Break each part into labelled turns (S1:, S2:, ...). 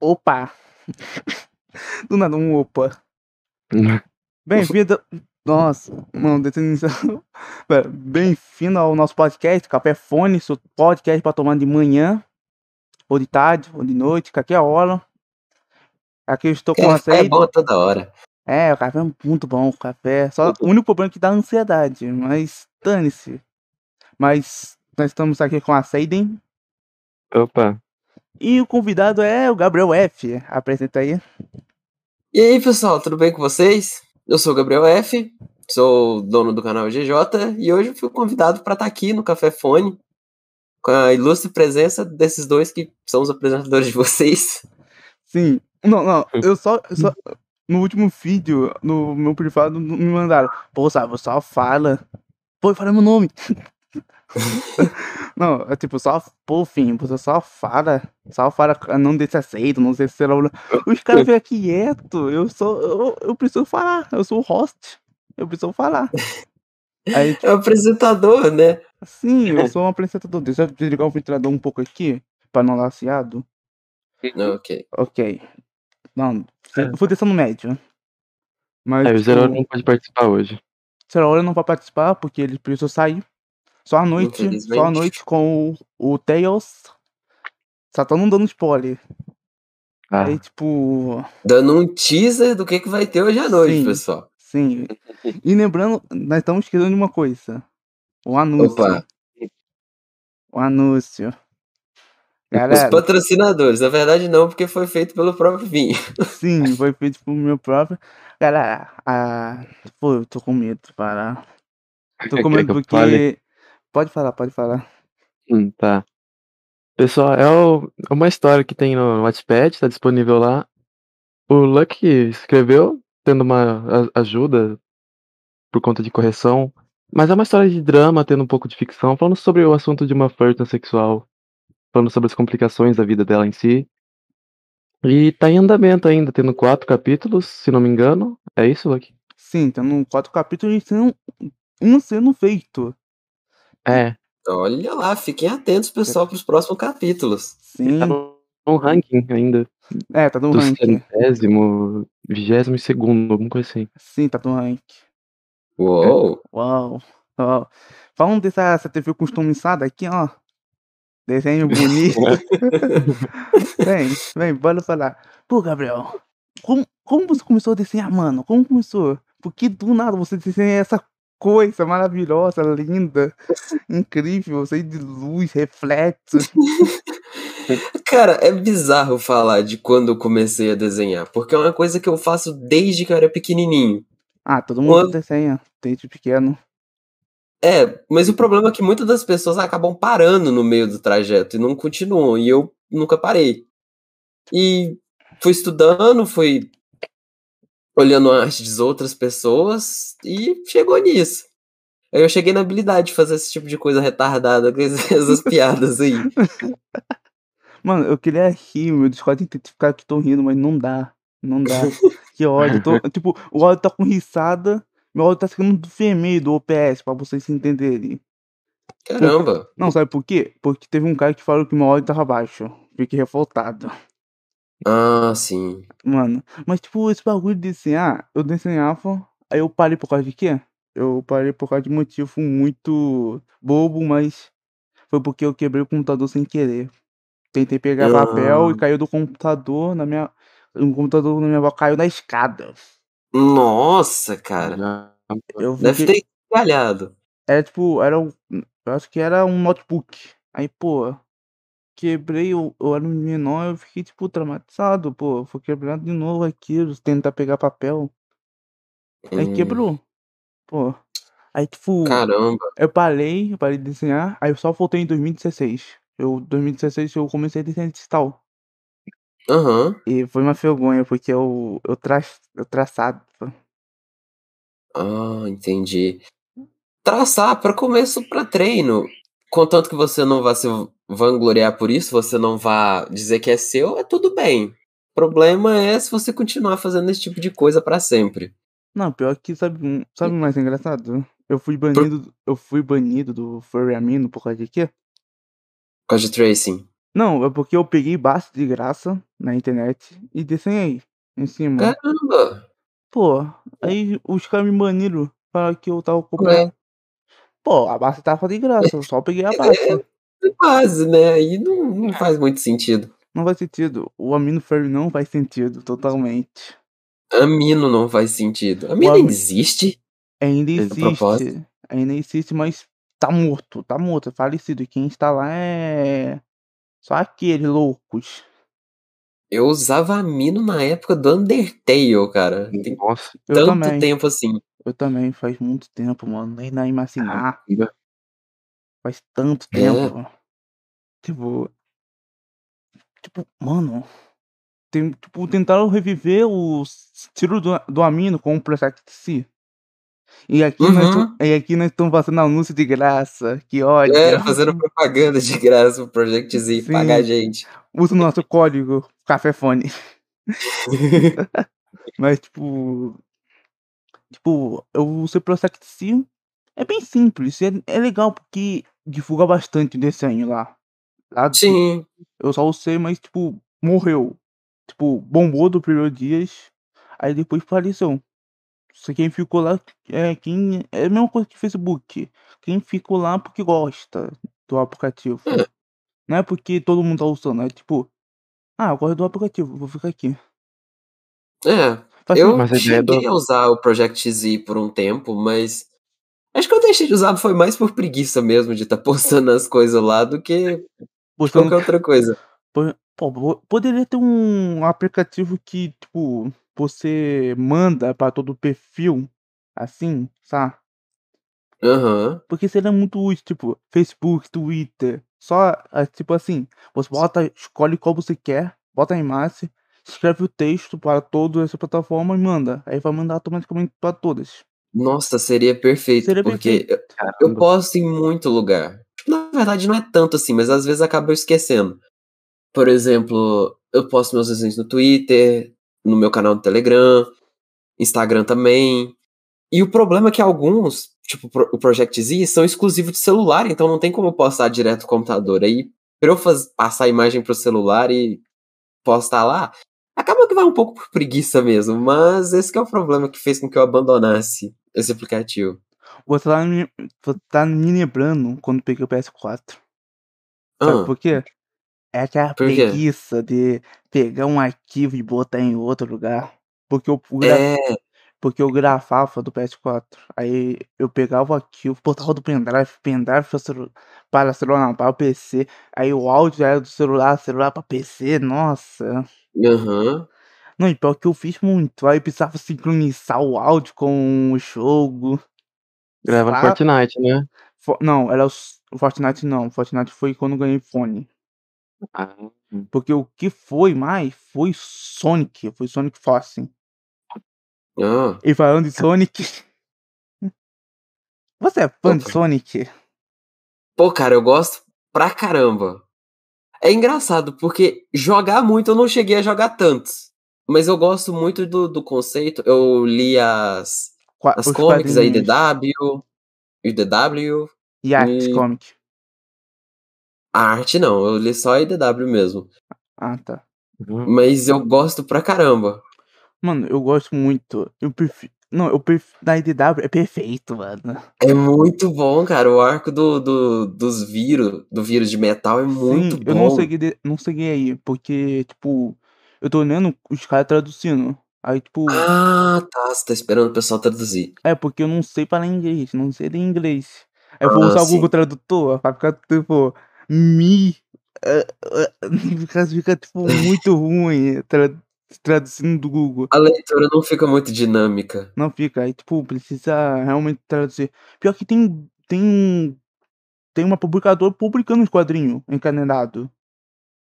S1: Opa! Do nada, um opa. Bem-vindo. Nossa, mano, detenção. Pera, Bem-vindo ao nosso podcast, Café Fone, seu podcast pra tomar de manhã, ou de tarde, ou de noite, qualquer hora. Aqui eu estou com a
S2: É
S1: série.
S2: boa toda hora.
S1: É, o café é muito bom, o café. Só o único problema é que dá ansiedade, mas dane-se. Mas nós estamos aqui com a Seiden
S3: Opa,
S1: e o convidado é o Gabriel F. Apresenta aí.
S2: E aí, pessoal, tudo bem com vocês? Eu sou o Gabriel F, sou o dono do canal GJ e hoje eu fui convidado para estar aqui no Café Fone com a ilustre presença desses dois que são os apresentadores de vocês.
S1: Sim. Não, não, eu só. eu só- no último vídeo, no meu privado, me mandaram. Pô, sabe, só fala. Pô, fala meu nome. não, é tipo, só. Pô, fim, você só fala. Só fala, não desse aceito, não sei se será. Os caras ficam quieto. Eu sou. Eu, eu preciso falar. Eu sou o host. Eu preciso falar. Aí,
S2: É o apresentador, né?
S1: sim, eu sou um apresentador. Deixa eu desligar o ventilador um pouco aqui, pra não laciado.
S2: Não, ok.
S1: Ok. Não, eu vou deixar no médio. Mas
S3: é, o
S1: tipo,
S3: Zero Hora não pode participar hoje.
S1: Zero Hora não vai participar porque ele precisou sair. Só à noite,
S2: Infelizmente.
S1: só à noite com o, o Tails. Só tá não dando spoiler.
S3: Ah,
S1: Aí, tipo,
S2: Dando um teaser do que, que vai ter hoje à noite,
S1: Sim.
S2: pessoal.
S1: sim. E lembrando, nós estamos esquecendo de uma coisa: o anúncio.
S2: Opa.
S1: O anúncio.
S2: Os
S1: Galera,
S2: patrocinadores, na verdade não, porque foi feito pelo próprio Vinho.
S1: Sim, foi feito por meu próprio. Galera, ah, pô, eu tô com medo de parar. É, Tô
S3: Quer
S1: com medo
S3: que eu
S1: porque.
S3: fale?
S1: Pode falar, pode falar.
S3: hum, tá. Pessoal, é o- é uma história que tem no Wattpad, tá disponível lá. O Lucky escreveu, tendo uma a- ajuda por conta de correção. Mas é uma história de drama, tendo um pouco de ficção, falando sobre o assunto de uma flerte sexual, falando sobre as complicações da vida dela em si. E tá em andamento ainda, tendo quatro capítulos, se não me engano. É isso, Lucky?
S1: Sim, tendo quatro capítulos e sendo um sendo feito.
S3: É.
S2: Então, olha lá, fiquem atentos, pessoal,
S1: É.
S2: para os próximos capítulos.
S1: Sim.
S3: Tá no no ranking ainda.
S1: É, tá Hum. no
S3: do
S1: rank.
S3: centésimo, vigésimo e segundo, alguma coisa assim.
S1: Sim, tá no rank. É.
S2: Uou!
S1: Uau, uau. Falando dessa essa TV customizada aqui, ó. Desenho bonito. Vem, vem, bora falar. Pô, Gabriel, como, como você começou a desenhar, mano? Como começou? Por que do nada você desenha essa coisa maravilhosa, linda, incrível, cheia de luz, reflexo?
S2: Cara, é bizarro falar de quando eu comecei a desenhar, porque é uma coisa que eu faço desde que eu era pequenininho.
S1: Ah, todo mundo
S2: Mano.
S1: desenha desde pequeno.
S2: É, mas o problema é que muitas das pessoas acabam parando no meio do trajeto e não continuam, e eu nunca parei. E fui estudando, fui olhando a arte de outras pessoas e chegou nisso. Aí eu cheguei na habilidade de fazer esse tipo de coisa retardada, com essas essas piadas aí.
S1: Mano, eu queria rir, meu Discord identificar que tô rindo, mas não dá. Não dá. Que ódio. Tô, tipo, o ódio tá com risada, meu ódio tá ficando do vermelho do OPS, pra vocês entenderem.
S2: Caramba!
S1: Não, sabe por quê? Porque teve um cara que falou que meu ódio tava baixo. Fiquei revoltado.
S2: Ah, sim.
S1: Mano, mas tipo, esse bagulho de desenhar, eu desenhava, aí eu parei por causa de quê? Eu parei por causa de motivo muito bobo, mas foi porque eu quebrei o computador sem querer. Tentei pegar
S2: Ah.
S1: papel e caiu do computador na minha. O computador na minha mão caiu na escada.
S2: Nossa, cara.
S1: Eu
S2: Deve
S1: fiquei-
S2: ter galhado.
S1: Era tipo, era um. Eu acho que era um notebook. Aí, pô, quebrei, eu, eu era um menor, eu fiquei, tipo, traumatizado, pô. Foi quebrado de novo aquilo, tentar pegar papel.
S2: Hum,
S1: Aí quebrou. Pô. Aí, tipo,
S2: Caramba.
S1: eu parei, eu parei de desenhar, aí eu só voltei em 2016. Eu, 2016, eu comecei a desenhar digital.
S2: Aham.
S1: E foi uma vergonha, porque eu, eu, tra... eu traçado.
S2: Ah, entendi. Traçar para começo para treino. Contanto que você não vá se vangloriar por isso, você não vá dizer que é seu, é tudo bem. O problema é se você continuar fazendo esse tipo de coisa para sempre.
S1: Não, pior que, sabe, um- sabe o mais engraçado? Eu fui banido, eu fui banido do Furry Amino por causa de quê?
S2: Por causa de tracing.
S1: Não, é porque eu peguei baixo de graça na internet e desenhei em cima.
S2: É? Caramba!
S1: Pô, aí os caras me baniram para que eu tava
S2: é
S1: comprando. Pô, a base tava de graça, eu só peguei a base.
S2: É Quase, né? Aí não, não
S1: Ah.
S2: faz muito sentido.
S1: Não faz sentido. O Amino Furry não faz sentido totalmente.
S2: Amino não faz sentido. Amino
S1: Ué, mas-
S2: existe?
S1: Ainda
S2: Teve
S1: existe.
S2: propósito?
S1: Ainda existe, mas tá morto, tá morto, é falecido. Quem está lá é. Só aqueles loucos.
S2: Eu usava amino na época do Undertale, cara. Tem
S3: Nossa,
S1: Eu
S2: tanto
S1: também.
S2: tempo assim.
S1: Eu também, faz muito tempo, mano. Nem na imaginar.
S3: Caramba.
S1: Faz tanto tempo.
S2: É.
S1: Tipo. Tipo, mano. Tem, tipo, tentaram reviver o s- tiro do, do Amino com o Project C. E aqui, nós,
S2: Uhum.
S1: tu- e aqui nós estamos fazendo anúncio de graça. Que olha.
S2: É, fazendo propaganda de graça pro Project Z
S1: Sim.
S2: pagar a gente.
S1: usa o nosso código Caféfone. Mas, tipo. Tipo, o seu Project C é bem simples. É, é legal porque divulga bastante o desenho lá. Lá
S2: Sim.
S1: eu só sei, mas, tipo, morreu. Tipo, bombou do primeiro dias, aí depois faleceu. Só quem ficou lá é quem. É a mesma coisa que Facebook. Quem ficou lá porque gosta do aplicativo.
S2: É.
S1: Não é porque todo mundo tá usando, é tipo. Ah, eu gosto do aplicativo, vou ficar aqui. Tipo assim,
S2: É,
S1: Faz
S2: eu
S1: sentido.
S3: Mas a ideia do-
S2: cheguei a usar o Project Z por um tempo, mas acho que eu deixei de usar foi mais por preguiça mesmo de estar postando as coisas lá do é que de
S1: Postando-
S2: qualquer outra coisa.
S1: Pô, po- poderia ter um aplicativo que, tipo, você manda pra todo o perfil, assim, sabe?
S2: Aham.
S1: Porque seria muito útil, tipo, Facebook, Twitter. Só, ah, tipo assim, você bota, escolhe qual você quer, bota a imagem, escreve o texto para todas essa plataforma e manda. Aí vai mandar automaticamente para todas.
S2: Nossa, seria perfeito,
S1: Seria
S2: porque eu- eu
S3: caramba.
S2: posto em muito lugar. Na verdade, não é tanto assim, mas às vezes acaba eu esquecendo. Por exemplo, eu posto meus desenhos no Twitter, no meu canal do Telegram, Instagram também. E o problema é que alguns, tipo pro- o Project Z, são exclusivos de celular, então não tem como eu postar direto do computador. Aí, pra eu faz- passar a imagem pro celular e postar lá, acaba que vai um pouco por preguiça mesmo. Mas esse que é o problema que fez com que eu abandonasse esse aplicativo.
S1: Você tá me, você tá me lembrando quando peguei o PS4. Sabe
S2: Ah,
S1: por quê? É aquela
S2: Por quê?
S1: preguiça de pegar um arquivo e botar em outro lugar. Porque eu, gra-
S2: é,
S1: porque eu gravava do PS4. Aí eu pegava o arquivo, botava do pendrive, pendrive para celular, para celular não, para o PC. Aí o áudio era do celular, celular para PC, nossa.
S2: aham.
S1: Não, e pior que eu fiz muito. Aí eu precisava sincronizar o áudio com o jogo.
S3: Grava
S1: Fa-
S3: Fortnite, né?
S1: Fo- não, era o s- o Fortnite não. O Fortnite foi quando eu ganhei fone.
S3: Ah,
S1: Porque o que foi mais foi Sonic. Foi Sonic Force.
S2: Ah.
S1: E falando de Sonic. Você é fã de
S2: Opa.
S1: Sonic?
S2: Pô, cara, eu gosto pra caramba. É engraçado, porque jogar muito eu não cheguei a jogar tanto. Mas eu gosto muito do, do conceito. Eu li as,
S1: Qua-
S2: as
S1: os
S2: comics aí,
S1: quadrinhos.
S2: DW, IDW.
S1: E arte
S2: E-
S1: comic.
S2: A arte não, eu li só a IDW mesmo.
S1: Ah, tá.
S3: hum.
S2: Mas eu gosto pra caramba.
S1: Mano, eu gosto muito. Eu prefiro. Não, eu prefiro. Na IDW é perfeito, mano.
S2: É muito bom, cara. O arco do, do, dos vírus, do vírus de metal é muito
S1: Sim,
S2: bom.
S1: eu não segui, de- não segui aí, porque, tipo, eu tô olhando os caras traduzindo. Aí, tipo,
S2: Ah, tá. Você tá esperando o pessoal traduzir.
S1: é porque eu não sei falar inglês, não sei ler inglês. Aí eu vou
S2: Ah,
S1: usar o
S2: sim.
S1: Google Tradutor pra ficar, tipo, me. eh, eh, Fica, fica, tipo, muito ruim tra- traduzindo do Google.
S2: A leitura não fica muito dinâmica.
S1: Não fica, aí tipo, precisa realmente traduzir. Pior que tem tem tem uma publicadora publicando os quadrinhos encadernado.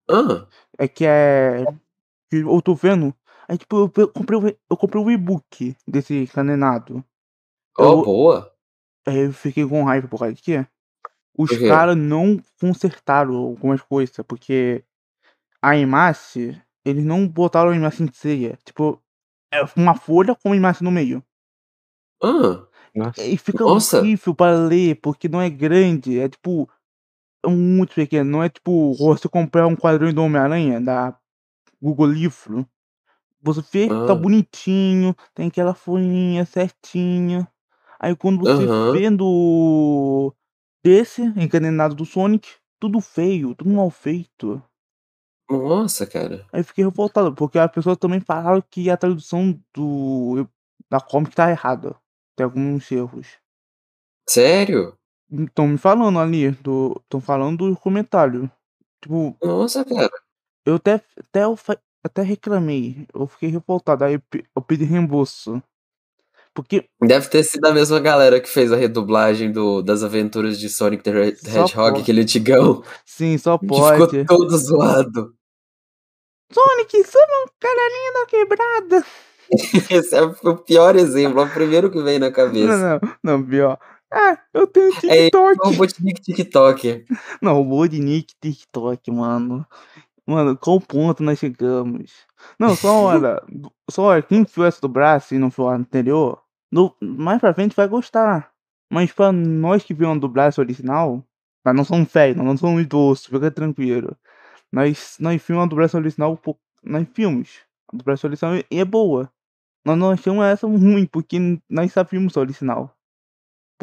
S2: Ah,
S1: É que é que eu tô vendo. Aí tipo, eu, pe- comprei o e- eu comprei o e-book desse encadernado.
S2: ó,
S1: Eu-
S2: boa.
S1: Aí eu fiquei com raiva por causa de quê? Os
S2: Por quê?
S1: caras não consertaram algumas coisas, porque a imagem, eles não botaram a imagem inteira. Tipo, é uma folha com a imagem no meio.
S2: Ah,
S3: Nossa.
S1: E fica
S2: Nossa.
S1: horrível para ler, porque não é grande, é tipo. É muito pequeno. Não é tipo você comprar um quadrinho do Homem-Aranha da Google Livro. Você vê, tá
S2: Ah.
S1: bonitinho, tem aquela folhinha certinha. Aí quando você
S2: Aham.
S1: vê no desse, encadenado do Sonic, tudo feio, tudo mal feito.
S2: Nossa, cara.
S1: Aí eu fiquei revoltado, porque as pessoas também falaram que a tradução do da comic tá errada. Tem alguns erros.
S2: Sério?
S1: Estão me falando ali, estão falando do comentário. Tipo,
S2: Nossa, cara.
S1: eu até, até, eu fa- até reclamei, eu fiquei revoltado, aí eu pe- eu pedi reembolso. Porque
S2: Deve ter sido a mesma galera que fez a redublagem do, das aventuras de Sonic the Red-
S1: Só
S2: Hedgehog,
S1: pode.
S2: aquele antigão,
S1: sim, só
S2: que ficou
S1: pode.
S2: todo zoado.
S1: Sonic, samba um canelinha da quebrada.
S2: Esse é o pior exemplo, é o primeiro que vem na cabeça.
S1: Não, não, não, pior. Ah, eu tenho
S2: É,
S1: TikTok.
S2: O Robotnik TikTok.
S1: Não, o Bodinick TikTok, mano. Mano, qual ponto nós chegamos? Não, só olha. Só olha, quem viu essa do braço e não viu a anterior, no- mais pra frente vai gostar. Mas pra nós que vimos a do braço original, nós não somos velhos, nós não somos idosos, fica tranquilo. Nós, nós filmamos a do braço original, pô, nós filmos. A do braço original e é boa. Nós não achamos essa ruim, porque nós sabíamos a original.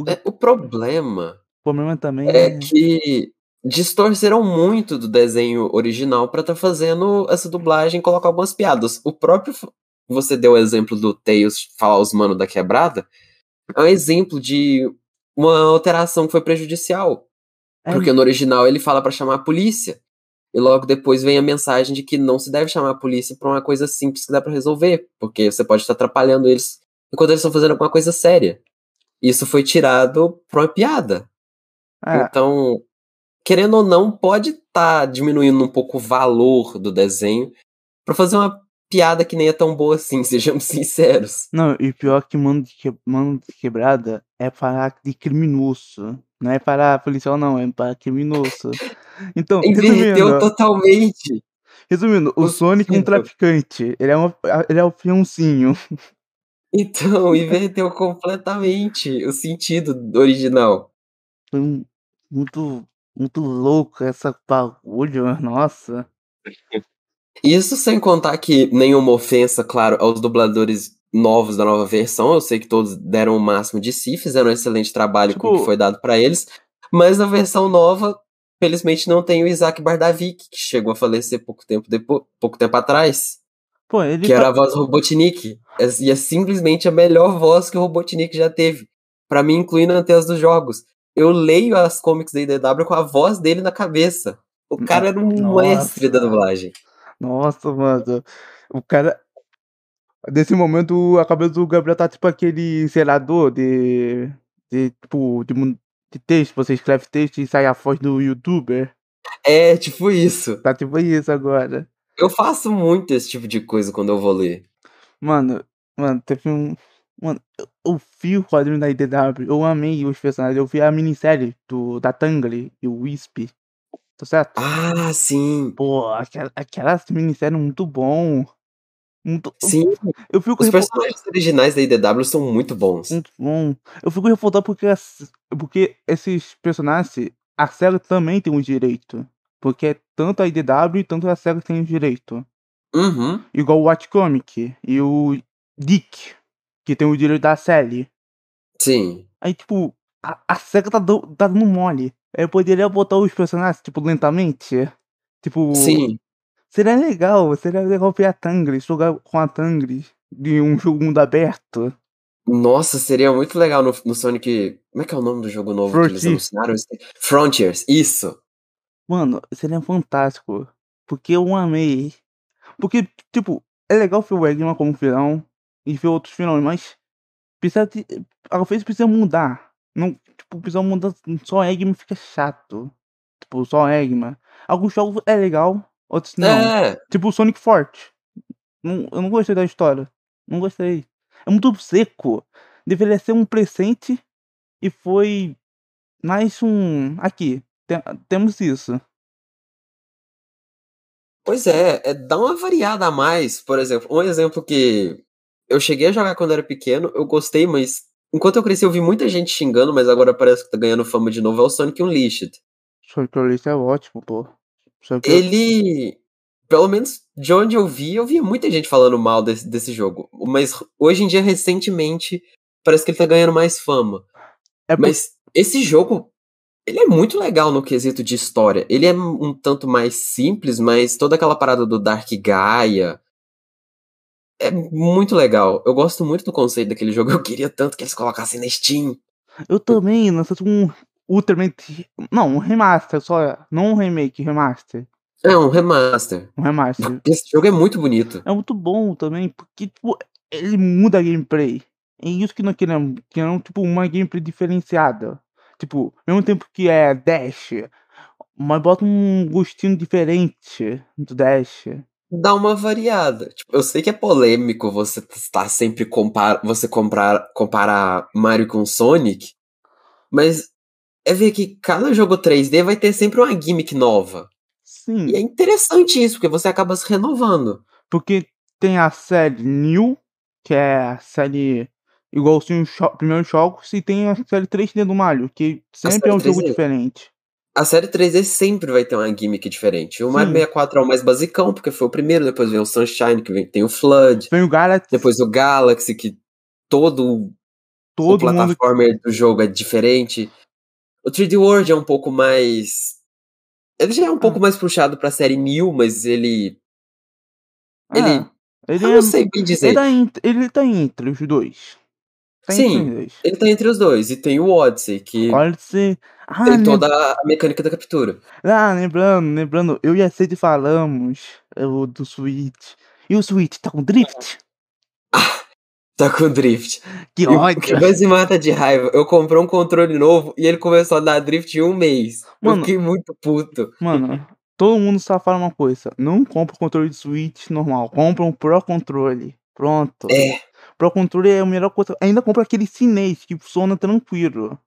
S2: É, o problema
S1: O problema também né?
S2: é que distorceram muito do desenho original pra tá fazendo essa dublagem e colocar algumas piadas. O próprio. f- Você deu o exemplo do Tails falar os mano da quebrada. É um exemplo de uma alteração que foi prejudicial.
S1: é
S2: Porque no original ele fala pra chamar a polícia. E logo depois vem a mensagem de que não se deve chamar a polícia pra uma coisa simples que dá pra resolver. Porque você pode estar atrapalhando eles enquanto eles estão fazendo alguma coisa séria. Isso foi tirado pra uma piada.
S1: é.
S2: Então, querendo ou não, pode estar diminuindo um pouco o valor do desenho pra fazer uma piada que nem é tão boa assim, sejamos sinceros.
S1: Não, e pior é que mano de, que... mano de quebrada é para de criminoso. Não é para policial, não, é para criminoso. Então,
S2: Inverteu
S1: resumindo,
S2: totalmente.
S1: resumindo, o
S2: o
S1: Sonic é um
S2: sentido.
S1: traficante. Ele é, um ele é o fiancinho.
S2: Então, inverteu completamente o sentido original.
S1: Foi um- muito, muito louco essa bagulho, nossa.
S2: Isso sem contar que nenhuma ofensa, claro, aos dubladores novos da nova versão. Eu sei que todos deram o máximo de si, fizeram um excelente trabalho com o
S1: Tipo-
S2: que foi dado pra eles. Mas na versão nova, felizmente não tem o Isaac Bardavik, que chegou a falecer pouco tempo, depois, pouco tempo atrás,
S1: Pô, ele tá
S2: que
S1: fa-
S2: era a voz do Robotnik. É- E é simplesmente a melhor voz que o Robotnik já teve. Pra mim, incluindo até as dos jogos. Eu leio as comics da IDW com a voz dele na cabeça. O cara era um
S1: Hum, Nossa.
S2: mestre da dublagem.
S1: Nossa, mano. O cara. Nesse momento, a cabeça do Gabriel tá tipo aquele selador de. de tipo. de, mun- de texto. Você escreve texto e sai a voz do youtuber.
S2: É, tipo isso.
S1: Tá tipo isso agora.
S2: Eu faço muito esse tipo de coisa quando eu vou ler.
S1: Mano, mano, teve um. Mano, eu, eu vi o quadrinho da IDW. Eu amei os personagens. Eu vi a minissérie do, da Tangle e o Wisp. Tá certo?
S2: Ah, sim.
S1: Pô, aquela, aquelas minisséries muito bom. Muito.
S2: Sim.
S1: Uhum. Eu Hum. fico
S2: Os
S1: revol-
S2: personagens originais da IDW são muito bons.
S1: Muito bom. um, Eu fico revoltado porque, as- porque esses personagens, a SEGA também tem um direito. Porque é tanto a IDW tanto a SEGA tem o direito.
S2: Uhum.
S1: Igual o Watcomic e o Dick, que tem o direito da série.
S2: Sim.
S1: Aí, tipo, a, a SEGA tá, dando- tá dando mole. Eu poderia botar os personagens, tipo, lentamente. Tipo,
S2: Sim.
S1: seria legal, seria legal ver a Tangris, jogar com a Tangris de um jogo mundo aberto.
S2: Nossa, seria muito legal no, no Sonic. Como é que é o nome do jogo novo que
S1: Frontiers.
S2: eles anunciaram? Frontiers, isso.
S1: Mano, seria fantástico. Porque eu amei. Porque, tipo, é legal ver o Eggman como vilão e ver outros vilões, mas precisa de, às vezes precisa mudar. Não, tipo, precisa mudar. Só Eggman fica chato. Tipo, só Eggman. Alguns jogos é legal, outros não.
S2: É.
S1: Tipo, Sonic Forte. Não, eu não gostei da história. Não gostei. É muito seco. Deveria ser um presente e foi mais um. Aqui. tem- temos isso.
S2: Pois é, é, dá uma variada a mais. Por exemplo, um exemplo que eu cheguei a jogar quando era pequeno, eu gostei, mas Enquanto eu cresci, eu vi muita gente xingando, mas agora parece que tá ganhando fama de novo. É o Sonic Unleashed.
S1: Sonic Unleashed é ótimo, pô. Sonic
S2: Ele. Pelo menos de onde eu vi, eu via muita gente falando mal desse, desse jogo. Mas hoje em dia, recentemente, parece que ele tá ganhando mais fama.
S1: É por-
S2: Mas esse jogo, ele é muito legal no quesito de história. Ele é um tanto mais simples, mas toda aquela parada do Dark Gaia é muito legal. Eu gosto muito do conceito daquele jogo. Eu queria tanto que eles colocassem na Steam.
S1: Eu também lançasse um Ultraman. T- Não, um remaster só. Não um remake, remaster.
S2: É um remaster.
S1: Um remaster.
S2: Esse jogo é muito bonito.
S1: É muito bom também, porque, tipo, ele muda a gameplay. É isso que nós queremos. Queremos, tipo, uma gameplay diferenciada. Tipo, ao mesmo tempo que é Dash, mas bota um gostinho diferente do Dash.
S2: Dá uma variada. Tipo, eu sei que é polêmico você estar sempre compar, você comprar, comparar Mario com Sonic, mas é ver que cada jogo 3D vai ter sempre uma gimmick nova.
S1: Sim,
S2: E é interessante isso, porque você acaba se renovando.
S1: porque tem a série New, que é a série igualzinho os jo- primeiros jogos, e tem a série 3D do Mario, que sempre é
S2: série
S1: um jogo
S2: 3D.
S1: diferente.
S2: A série 3D sempre vai ter uma gimmick diferente. O Mario
S1: Sim.
S2: 64 é o mais basicão, porque foi o primeiro, depois vem o Sunshine, que vem, tem o Flood,
S1: Vem o Galaxy,
S2: depois o Galaxy, que todo, o
S1: todo mundo.
S2: plataforma do jogo é diferente. O 3D World é um pouco mais. Ele já é um
S1: Ah.
S2: pouco mais puxado pra série New, mas ele. Ele.
S1: Ah, ele,
S2: eu
S1: é-
S2: não sei bem dizer.
S1: ele, tá entre, ele tá entre os dois. Tá entre
S2: Sim.
S1: os dois.
S2: Ele tá entre os dois. E tem o Odyssey, que
S1: Olha se. Ah,
S2: tem
S1: lem-
S2: toda a mecânica da captura.
S1: ah, lembrando, lembrando, eu e a Cid falamos é o do Switch. E o Switch tá com drift?
S2: Tá com drift.
S1: Que
S2: E o que
S1: ódio!
S2: mais me mata de raiva, eu comprei um controle novo e ele começou a dar drift em um mês.
S1: Mano.
S2: Eu fiquei muito puto.
S1: Mano, todo mundo só fala uma coisa: não compra o controle de Switch normal, compra um Pro Controle. Pronto.
S2: É.
S1: Pro Controle é a melhor coisa. Ainda compra aquele chinês que funciona tranquilo.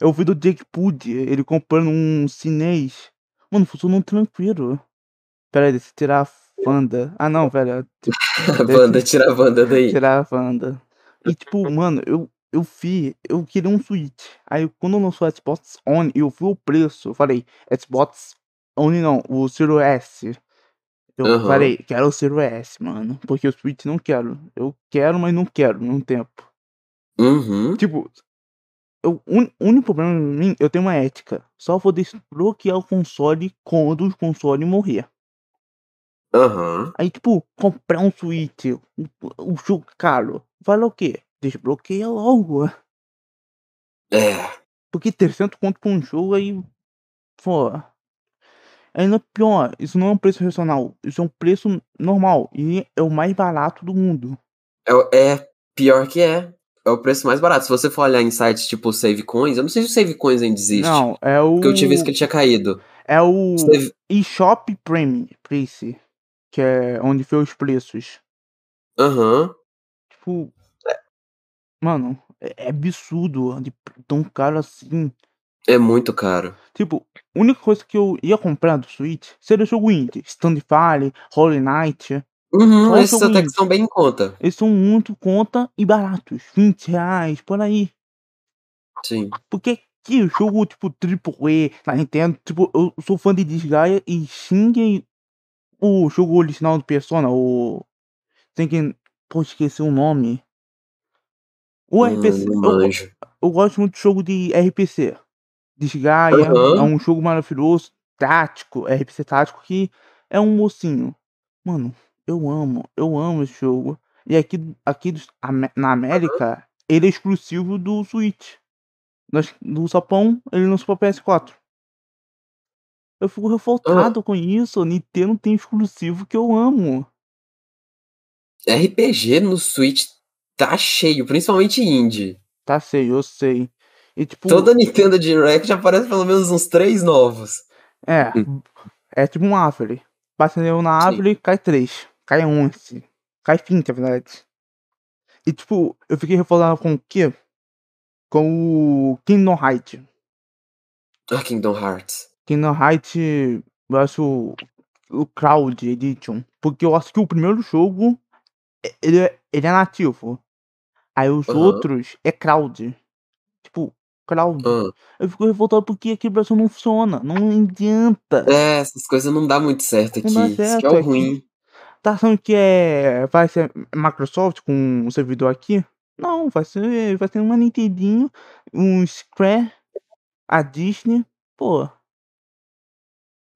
S1: Eu vi do Jake Pud, ele comprando um chinês. Mano, funcionou tranquilo. Pera aí, deixa eu tirar a Wanda. Ah não, velho.
S2: A banda, tira a banda daí.
S1: Tirar a Wanda. E tipo, mano, eu, eu vi, eu queria um Switch. Aí quando lançou a Xbox One, eu vi o preço. Eu falei, Xbox One não, o Zero S. Eu
S2: Aham.
S1: falei, quero o Zero S, mano. Porque o Switch não quero. Eu quero, mas não quero num tempo.
S2: Uhum.
S1: Tipo, eu- o ún- único problema pra mim, eu tenho uma ética. Só vou desbloquear o console quando o console morrer.
S2: Aham.
S1: Aí, tipo, comprar um Switch, um, um jogo caro, vale o quê? Desbloqueia logo.
S2: É.
S1: Porque 300 conto pra um jogo aí. Pô. Ainda pior, isso não é um preço racional. Isso é um preço normal. E é o mais barato do mundo.
S2: É, o- é pior que é. É o preço mais barato. Se você for olhar em sites tipo Save Coins, eu não sei se o Save Coins ainda existe.
S1: Não, é o.
S2: Porque eu tinha visto que ele tinha caído.
S1: É o
S2: Save-
S1: eShop Premium Price. Que é onde foi os preços.
S2: Aham.
S1: Tipo.
S2: É.
S1: Mano, é, é absurdo de p- tão caro assim.
S2: É muito caro.
S1: Tipo, a única coisa que eu ia comprar do Switch seria jogo indie. Stand Fire, Holy Knight.
S2: Uhum,
S1: Nossa,
S2: esses até que
S1: Wings.
S2: são bem em conta.
S1: Eles são muito conta e baratos. 20 reais, por aí.
S2: Sim.
S1: Porque que jogo, tipo, triple E na Nintendo, tipo, eu sou fã de Disgaea e xinguem o jogo original do Persona, o... Tem que... Pô, esqueci o nome. O RPC...
S2: Hum,
S1: eu-
S2: não manjo.
S1: eu gosto muito de jogo de RPC. Desgaia
S2: Aham.
S1: é um jogo maravilhoso, tático, RPC tático, que é um mocinho. Mano, eu amo, eu amo esse jogo. E aqui, aqui dos- Amé- na América, ele é exclusivo do Switch. Nas- Do Sapão, ele lançou pra PS4. Eu fico revoltado com isso. a Nintendo tem exclusivo que eu amo.
S2: RPG no Switch tá cheio, principalmente indie.
S1: Tá, sei, eu sei. E tipo.
S2: Toda Nintendo Direct aparece pelo menos uns três novos.
S1: É. É tipo um árvore. Bate leão na
S2: Hum. Sim.
S1: árvore, cai 3. Cai 11. Cai 20, na verdade. E tipo, eu fiquei revoltado com o quê? Com o Kingdom Hearts.
S2: Ah, Kingdom Hearts.
S1: Kingdom Hearts eu acho o Cloud Edition. Porque eu acho que o primeiro jogo, e- ele é, ele é nativo. Aí os
S2: Aham.
S1: outros é crowd. Tipo, crowd.
S2: Ah.
S1: Eu fico revoltado porque aqui no Brasil não funciona. Não adianta.
S2: É, essas coisas não dá muito certo aqui.
S1: Não dá
S2: Isso que é
S1: certo
S2: o
S1: aqui.
S2: ruim.
S1: Tá achando que é. Vai ser Microsoft com o servidor aqui? Não, vai ser. Vai ser uma Nintendinho, um Square, a Disney. Pô,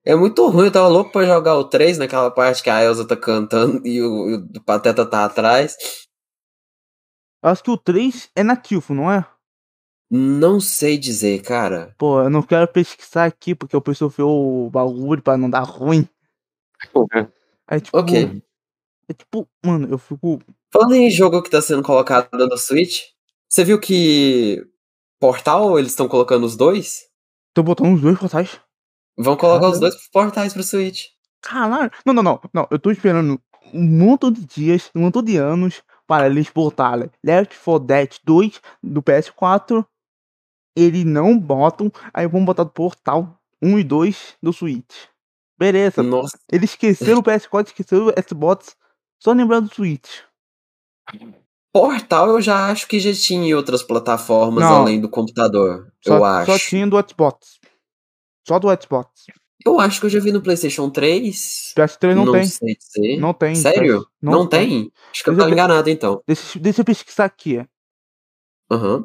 S2: É muito ruim, eu tava louco pra jogar o 3 naquela parte que a Elsa tá cantando e o, e o Pateta tá atrás.
S1: eu acho que o 3 é nativo, não é?
S2: Não sei dizer, cara.
S1: Pô, eu não quero pesquisar aqui porque eu preciso ver o bagulho pra não dar ruim. Aí, tipo,
S2: Ok.
S1: é tipo, mano, eu fico.
S2: Falando em jogo que tá sendo colocado no Switch, você viu que Portal eles estão colocando os dois?
S1: Tô botando os dois pra trás.
S2: Vão colocar
S1: Caramba.
S2: os dois portais pro Switch.
S1: Caralho! Não, não, não, não. Eu tô esperando um montão de dias, um montão de anos para eles botarem Left 4 Dead 2 do PS4. Eles não botam, aí vão botar do Portal 1 e 2 do Switch. Beleza.
S2: Nossa,
S1: Eles esqueceram o PS4, esqueceram o Xbox, só lembrando do Switch.
S2: Portal eu já acho que já tinha em outras plataformas
S1: Não.
S2: além do computador.
S1: Só,
S2: eu
S1: só
S2: acho.
S1: tinha do Xbox. Só do Xbox.
S2: Eu acho que eu já vi no PlayStation 3.
S1: PS3 não, tem.
S2: sei dizer.
S1: Não tem.
S2: Sério?
S1: PS-
S2: Não, tem? Acho que eu
S1: Mas eu
S2: tava
S1: vi-
S2: enganado então.
S1: Deixa, deixa eu pesquisar aqui.
S2: Aham.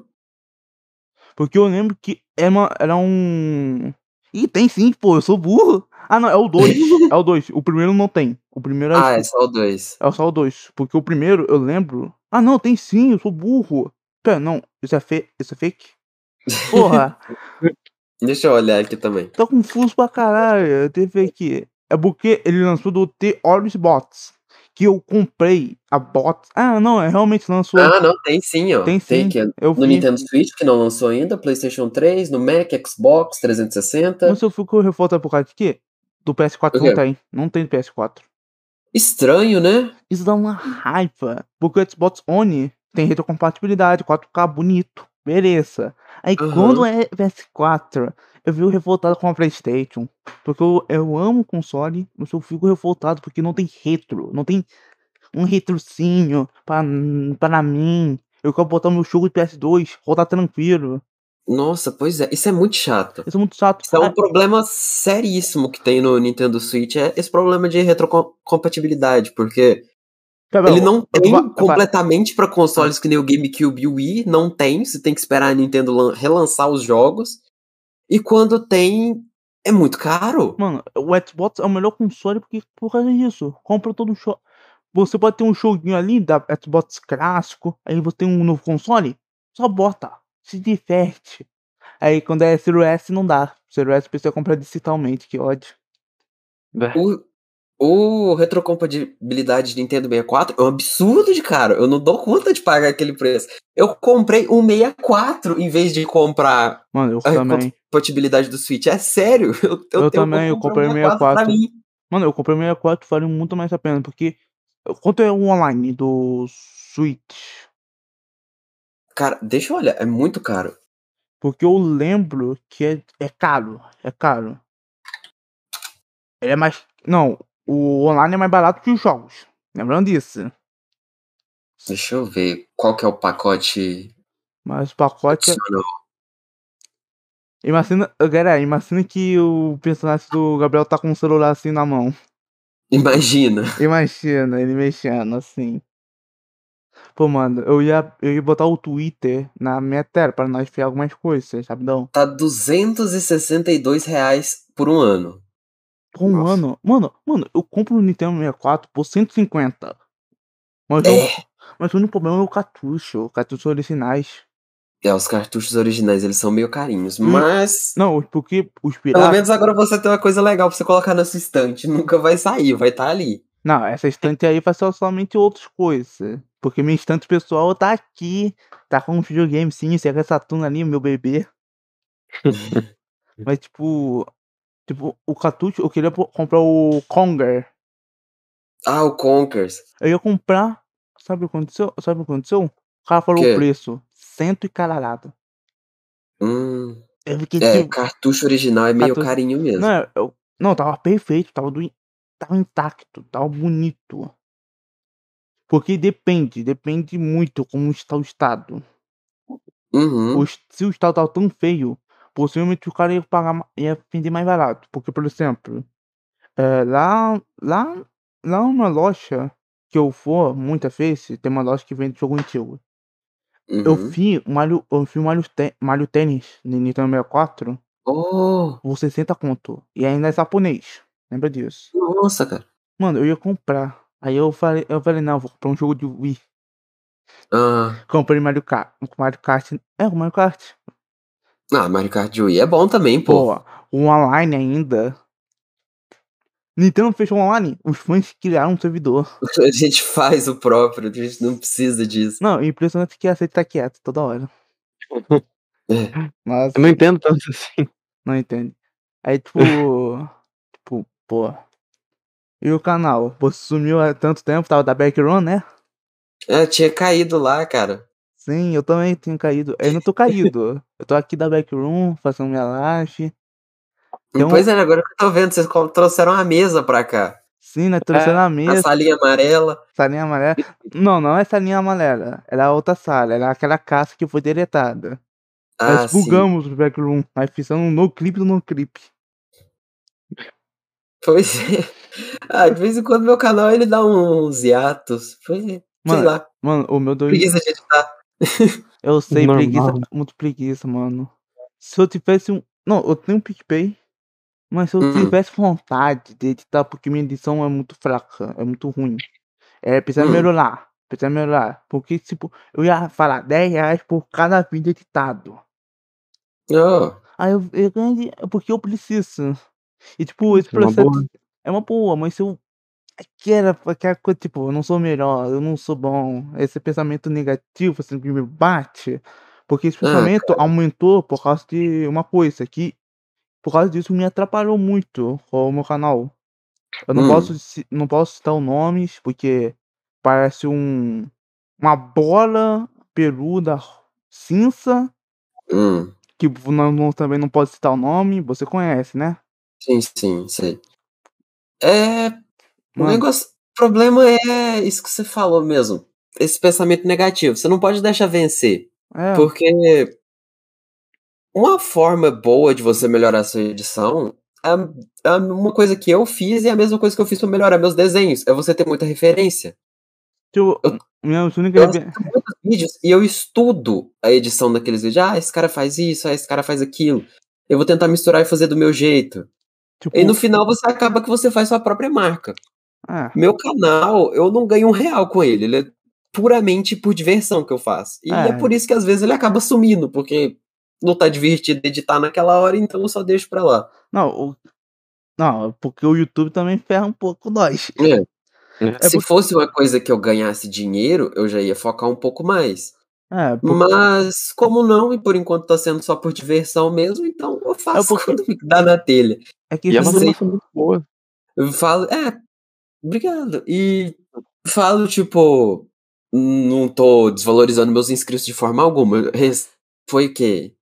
S1: Porque eu lembro que era, uma- era um. Ih, tem sim, pô, eu sou burro. Ah, não, é o 2. é o 2. O primeiro não tem. O primeiro é,
S2: Ah, é
S1: tipo,
S2: só o 2.
S1: é só o 2. Porque o primeiro, eu lembro. Ah, não, tem sim, eu sou burro. Pera, não, isso é, fe... isso é fake? Porra,
S2: Deixa eu olhar aqui também.
S1: tá confuso pra caralho. Eu teve aqui. É porque ele lançou do The Oris Bots. Que eu comprei a bots. Ah, não, é realmente lançou.
S2: Ah, não, tem sim, ó.
S1: Tem sim.
S2: que é
S1: eu
S2: no
S1: vi.
S2: Nintendo Switch, que não lançou ainda, PlayStation 3, no Mac, Xbox 360.
S1: Mas eu fico revoltado por causa de quê? Do PS4
S2: O
S1: não
S2: quê?
S1: tem. Não tem PS4.
S2: Estranho, né?
S1: Isso dá uma raiva. Porque o Xbox One tem retrocompatibilidade, 4K bonito. Beleza. Aí
S2: Aham.
S1: quando é PS4, eu fico revoltado com a Playstation. Porque eu, eu amo o console, mas eu fico revoltado porque não tem retro. Não tem um retrocinho pra, pra mim. Eu quero botar meu jogo de PS2, rodar tranquilo.
S2: Nossa, pois é. Isso é muito chato.
S1: Isso é muito chato.
S2: Isso é um
S1: Ah,
S2: problema seríssimo que tem no Nintendo Switch, é esse problema de retrocompatibilidade, porque
S1: Gabriel,
S2: ele não
S1: eu
S2: tem um
S1: vou- Ah. eu vou-
S2: completamente pra consoles que nem o GameCube e o Wii, não tem, você tem que esperar a Nintendo lan- relançar os jogos. E quando tem, é muito caro.
S1: Mano, o Xbox é o melhor console porque por causa disso. Compra todo o jogo. Você pode ter um joguinho ali da Xbox clássico, aí você tem um novo console, só bota, se diverte. Aí quando é Zero S não dá. Zero S precisa comprar digitalmente, que ódio.
S3: é.
S2: O, o retrocompatibilidade de Nintendo 64 é um absurdo de caro. Eu não dou conta de pagar aquele preço. Eu comprei um 64 em vez de comprar
S1: Mano, eu
S2: Ah,
S1: também.
S2: compatibilidade do Switch. É sério? Eu,
S1: Eu
S2: eu tenho-
S1: também, eu
S2: comprei um
S1: comprei 64.
S2: pra mim.
S1: Mano, eu comprei o 64, vale muito mais a pena, porque. Quanto é o online do Switch?
S2: Cara, deixa eu olhar. É muito caro.
S1: Porque eu lembro que é, é caro. É caro. Ele é mais. Não, o online é mais barato que os jogos. Lembrando disso.
S2: Deixa eu ver qual que é o pacote
S1: Mas o pacote. é-
S2: adicional.
S1: Imagina. Galera, imagina que o personagem do Gabriel tá com um celular assim na mão.
S2: Imagina.
S1: Imagina ele mexendo assim. Pô, mano, eu ia, eu ia botar o Twitter na minha tela pra nós ver algumas coisas, rapidão.
S2: Tá 262 reais por um ano.
S1: Por um
S3: Nossa.
S1: ano. Mano, mano, eu compro o Nintendo 64 por 150. Mas, eu,
S2: É.
S1: mas o único problema é o cartucho. Cartuchos originais.
S2: É, os cartuchos originais, eles são meio carinhos.
S1: Hum.
S2: Mas,
S1: Não, porque os
S2: pelo
S1: piratas.
S2: menos agora você tem uma coisa legal pra você colocar na sua estante. Nunca vai sair, vai estar ali.
S1: Não, essa estante aí vai ser somente outras coisas. Porque minha estante pessoal tá aqui. Tá com um videogame sim, Sega Saturno ali, meu bebê. Mas tipo. Tipo, o cartucho, eu queria po- comprar o Conger.
S2: Ah, o Conkers.
S1: Eu ia comprar. Sabe o que aconteceu? Sabe o que aconteceu? O cara falou
S2: Quê?
S1: o preço. Cento e caralhado.
S2: Hum.
S1: Eu fiquei
S2: É,
S1: tipo.
S2: cartucho original é meio
S1: Cartucho-
S2: carinho mesmo.
S1: Não, eu, não, tava perfeito, tava, do, tava intacto, tava bonito. Porque depende, depende muito como está o estado.
S2: Uhum.
S1: O est- se o estado tá tão feio, possivelmente o cara ia pagar, ma- ia vender mais barato. Porque, por exemplo, é, lá, lá, lá uma loja que eu for, muita vez, tem uma loja que vende jogo antigo. Eu
S2: uhum.
S1: vi um Mario, eu vi um Mario, Tê- Mario Tênis no Nintendo 64
S2: Oh,
S1: por 60 conto. E ainda é japonês. Lembra disso?
S2: nossa, cara.
S1: Mano, eu ia comprar. Aí eu falei, eu falei, não, eu vou comprar um jogo de Wii.
S2: Ah,
S1: Comprei Mario Kart. Mario Kart. É, o Mario Kart.
S2: ah Mario Kart Wii é bom também, pô.
S1: Pô, o online ainda. Nintendo fechou online. Os fãs criaram um servidor.
S2: A gente faz o próprio, a gente não precisa disso.
S1: Não, é impressionante que a sede tá quieta toda hora.
S2: É.
S1: Mas
S3: Eu não entendo tanto assim.
S1: não entende. Aí tipo. tipo, pô. E o canal? Pô, sumiu há tanto tempo, tava da Backrun, né?
S2: Ah, tinha caído lá, cara.
S1: Sim, eu também tenho caído. Eu não tô caído. Eu tô aqui da backroom, fazendo minha live. Então-
S2: Pois é, agora que eu tô vendo, vocês co- trouxeram a mesa pra cá.
S1: Sim, né? Trouxeram a
S2: É, A
S1: mesa,
S2: salinha amarela.
S1: salinha amarela. Não, não é salinha amarela. Era outra sala, era aquela casa que foi deletada.
S2: Ah,
S1: Nós
S2: sim.
S1: bugamos É tipo o backroom. Nós fizemos um no clip do no clip.
S2: Pois é. Ah, de vez em quando meu canal ele dá uns hiatos. Pois é. Sei
S1: Mano,
S2: lá.
S1: Mano, o meu doido.
S2: Preguiça de editar.
S1: Eu sei, preguiça.
S3: Normal.
S1: Muito preguiça, mano. Se eu tivesse um. Não, eu tenho um PicPay. Mas se eu
S2: Hum.
S1: tivesse vontade de editar, porque minha edição é muito fraca, é muito ruim. É, precisa
S2: Hum.
S1: melhorar. Precisa melhorar. Porque, tipo, eu ia falar 10 reais por cada vídeo editado.
S2: Oh,
S1: Aí eu, eu ganho de- é porque eu preciso. E, tipo, esse
S3: É uma
S1: processo
S3: boa.
S1: é uma boa, mas se eu. Aquela, aquela coisa, tipo, eu não sou melhor, eu não sou bom. Esse pensamento negativo, assim, que me bate. Porque esse
S2: Ah,
S1: pensamento aumentou por causa de uma coisa que, por causa disso, me atrapalhou muito com o meu canal. Eu não,
S2: Hum.
S1: posso, ci- não posso citar os nomes, porque parece um, uma bola peluda cinza,
S2: hum.
S1: que v- não, não- também não posso citar o nome, você conhece, né?
S2: Sim, sim, sei. É. O
S1: Mano,
S2: negócio. O problema é isso que você falou mesmo. Esse pensamento negativo. Você não pode deixar vencer.
S1: é,
S2: Porque uma forma boa de você melhorar a sua edição é, é uma coisa que eu fiz e é a mesma coisa que eu fiz pra melhorar meus desenhos. É você ter muita referência.
S1: tipo,
S2: eu-
S1: minha única
S2: eu-
S1: refe-
S2: Muitos vídeos e eu estudo a edição daqueles vídeos. Ah, esse cara faz isso, ah, esse cara faz aquilo. Eu vou tentar misturar e fazer do meu jeito.
S1: tipo,
S2: E no final você acaba que você faz sua própria marca.
S1: ah,
S2: Meu canal, eu não ganho um real com ele. Ele é puramente por diversão que eu faço. E é,
S1: É.
S2: por isso que às vezes ele acaba sumindo, porque não tá divertido editar naquela hora, então eu só deixo pra lá.
S1: não, o- não, é porque o YouTube também ferra um pouco nós. É
S2: Se
S1: porque-
S2: fosse uma coisa que eu ganhasse dinheiro, eu já ia focar um pouco mais.
S1: É,
S2: Hum,
S1: por-
S2: Mas, como não, e por enquanto tá sendo só por diversão mesmo, então eu faço
S1: É porque-
S2: quando me dá na telha.
S1: é que
S3: E é uma
S1: isso-
S2: sei.
S3: animação muito boa.
S2: Eu falo, é, obrigado. E falo, tipo, não tô desvalorizando meus inscritos de forma alguma. Eu res- Foi o quê?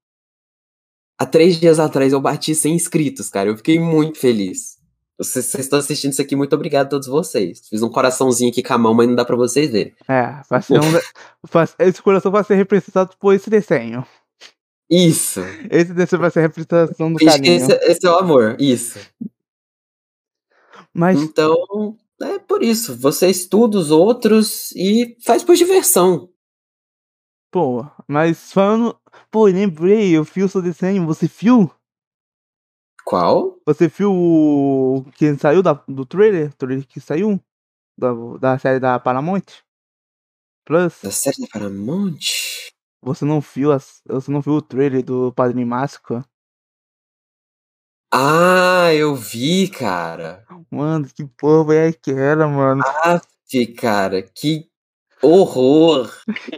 S2: Há três dias atrás eu bati 100 inscritos, cara. Eu fiquei muito feliz. Vocês vocês estão assistindo isso aqui, muito obrigado a todos vocês. Fiz um coraçãozinho aqui com a mão, mas não dá pra vocês verem.
S1: é, vai ser um, vai- esse coração vai ser representado por esse desenho.
S2: Isso.
S1: Esse desenho vai ser a representação do
S2: Finge que
S1: carinho.
S2: Esse, esse é o amor. Isso.
S1: Mas
S2: Então, é por isso. Você estuda os outros e faz por diversão.
S1: Pô, mas falando. Pô, lembrei, eu fio seu desenho. Você fio?
S2: Qual?
S1: Você fio o. Que saiu da, do trailer? Trailer que saiu? Da, da série da Paramount? Plus,
S2: Da série da Paramount?
S1: você não viu as, você não viu o trailer do Padrinho Mágico?
S2: Ah, eu vi, cara.
S1: Mano, que porra é aquela, mano?
S2: Vi, cara, que horror.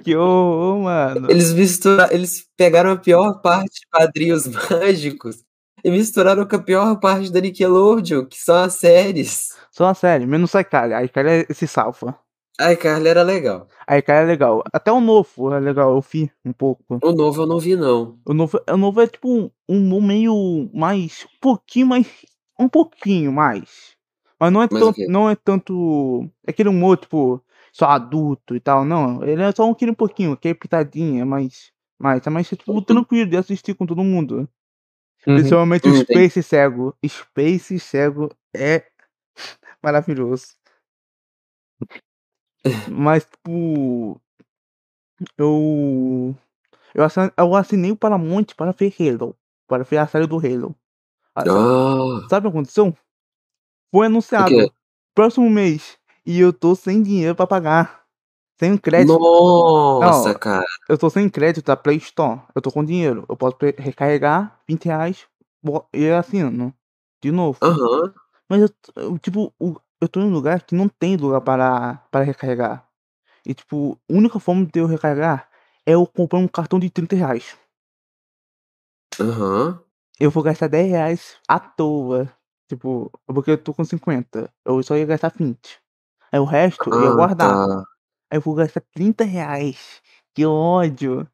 S1: Que horror, mano.
S2: Eles misturaram, eles pegaram a pior parte de Padrinhos Mágicos e misturaram com a pior parte da Nickelodeon, que são as séries.
S1: Só a série, menos a Kylie. A Kylie se salva.
S2: Ai, Carla, era legal.
S1: A Kylie é legal. Até o novo é legal, eu vi um pouco.
S2: O novo eu não vi, não.
S1: O novo, o novo é tipo um, um humor meio mais. Um pouquinho mais. Um pouquinho mais. Mas não é
S2: Mas o
S1: tanto.
S2: quê?
S1: Não é tanto. É aquele humor, tipo. só adulto e tal, não. Ele é só um quilo pouquinho, que é pitadinha, mas. Mas é mais tipo, tranquilo de assistir com todo mundo.
S3: Uhum.
S1: Principalmente o
S2: Uhum.
S1: Space Cego. Space Cego é maravilhoso. Mas, tipo. Eu. Eu assinei, eu assinei o Paramount para ver Halo. Para ver a série do Halo. Ah,
S2: Ah,
S1: Sabe o que aconteceu? Foi
S2: o
S1: anunciado
S2: quê?
S1: próximo mês. E eu tô sem dinheiro pra pagar. Sem crédito.
S2: Nossa,
S1: Não.
S2: cara.
S1: Eu tô sem crédito da Play Store. Eu tô com dinheiro. Eu posso pre- recarregar 20 reais bo- e eu assino. De novo.
S2: Aham.
S1: Mas eu, t- eu, tipo, o- eu tô em um lugar que não tem lugar para, para recarregar. E tipo, a única forma de eu recarregar é eu comprar um cartão de 30 reais.
S2: Aham.
S1: Eu vou gastar 10 reais à toa. Tipo, porque eu tô com 50. Eu só ia gastar 20. Aí o resto eu ia
S2: Ah,
S1: guardar.
S2: tá.
S1: Aí eu vou gastar 30 reais. Que ódio.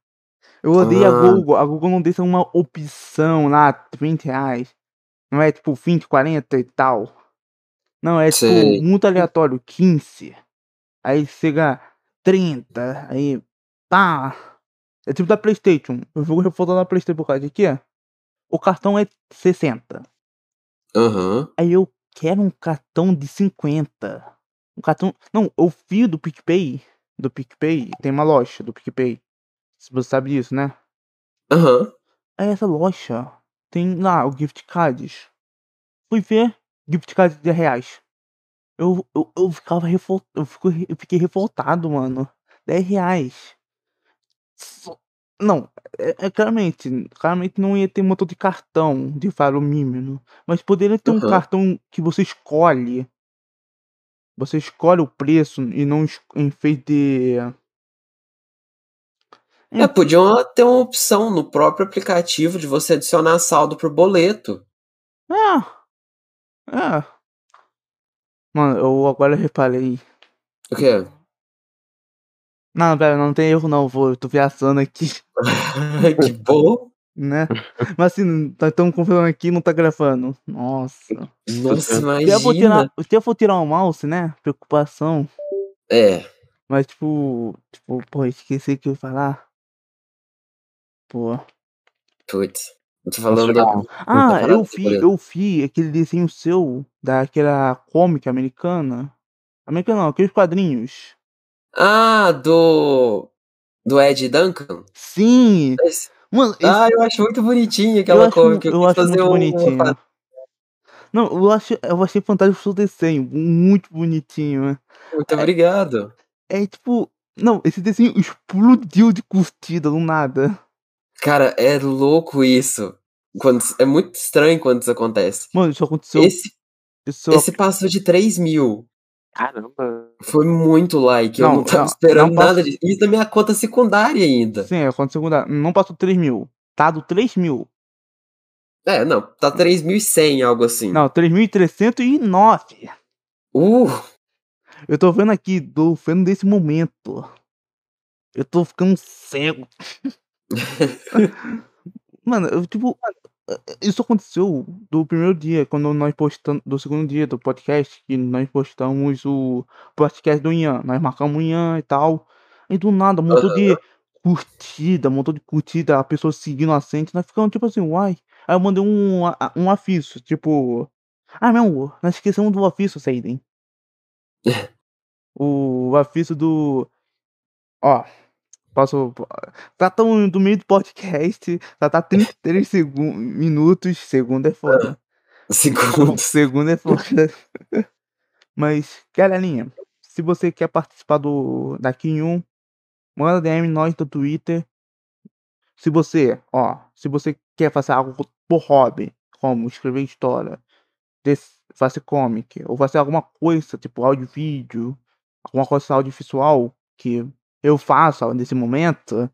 S1: Eu odeio a
S2: Ah.
S1: Google. A Google não deixa uma opção lá, 30 reais. Não é tipo 20, 40 e tal. Não, é tipo
S2: Sei.
S1: muito aleatório, 15. Aí chega 30. Aí pá. É tipo da Playstation. Eu fico refutando a Playstation por causa de quê? O cartão é 60.
S2: Aham.
S1: Aí eu quero um cartão de 50. Um cartão. Não, o fio do PicPay. Do PicPay. Tem uma loja do PicPay. Se você sabe disso, né?
S2: Aham.
S1: Aí essa loja tem lá o gift cards. Fui ver. Gift cards de 10 reais. Eu, eu, eu ficava revoltado. Eu, fico re- eu fiquei revoltado, mano. 10 reais. Só- Não, é, é claramente. Claramente não ia ter um motor de cartão de faro mínimo. Mas poderia ter um
S2: Aham.
S1: cartão que você escolhe. Você escolhe o preço e não es- em vez de.
S2: É, podiam ter uma opção no próprio aplicativo de você adicionar saldo pro boleto.
S1: Ah! Ah! Mano, eu agora reparei.
S2: O quê?
S1: Não, velho, não tem erro não, vou, eu tô viajando aqui,
S2: que bom.
S1: né? Mas assim, tá tão confirmando aqui não tá gravando. Nossa.
S2: Nossa,
S1: Se eu, for
S2: imagina.
S1: tirar, se eu for tirar o mouse, né? Preocupação.
S2: É.
S1: Mas tipo. Tipo, pô, esqueci o que eu ia falar. Pô.
S2: tá Putz. Eu tô falando da.
S3: Nacional.
S1: Ah,
S2: parado
S1: eu
S2: de
S1: vi,
S2: boleto.
S1: eu vi aquele desenho seu, daquela cômica americana. Americana não, aqueles quadrinhos.
S2: Ah, do. Do Ed Duncan?
S1: Sim!
S2: Esse-
S1: Mano, esse-
S2: Ah, eu acho muito bonitinho
S1: eu
S2: aquela
S1: acho,
S2: cor que
S1: eu acho muito
S2: um
S1: bonitinho.
S2: Uma...
S1: Não, eu, acho, eu achei fantástico o seu desenho, muito bonitinho.
S2: Muito obrigado.
S1: É tipo. Não, esse desenho explodiu de curtida do nada.
S2: Cara, é louco isso. Quando... É muito estranho quando isso acontece.
S1: Mano, isso aconteceu.
S2: Esse,
S1: isso-
S2: esse passou de 3 mil.
S3: Caramba.
S2: Foi muito like. eu
S1: Não,
S2: não tava
S1: não,
S2: esperando
S1: não posso-
S2: nada disso. Isso da minha conta secundária ainda.
S1: Sim, aconteceu com. Não passou 3 mil. Tá do 3 mil.
S2: É, não. Tá 3.100, algo assim.
S1: Não, 3.309.
S2: Uh,
S1: Eu tô vendo aqui, tô vendo desse momento. Eu tô ficando cego. Mano, eu tipo. Isso aconteceu do primeiro dia, quando nós postamos. Do segundo dia do podcast, que nós postamos o podcast do Ian. Nós marcamos o Ian e tal. E do nada, um montão de curtida, um montão de curtida, a pessoa seguindo a gente. Nós ficamos tipo assim, uai. Aí eu mandei um, a- a- um afiço, tipo. Ah, não, nós esquecemos do afiço, Seiden. o afiço do. Ó. Posso. Tá tão do meio do podcast. Já tá 33 segun... minutos. Segundo é foda.
S2: segundos.
S1: Segundo é foda. Mas, galerinha, se você quer participar do daqui em um, manda DM nós no Twitter. Se você, ó, se você quer fazer algo por hobby, como escrever história, des- fazer comic, ou fazer alguma coisa, tipo áudio e vídeo, alguma coisa audiovisual que eu faço ó, nesse momento,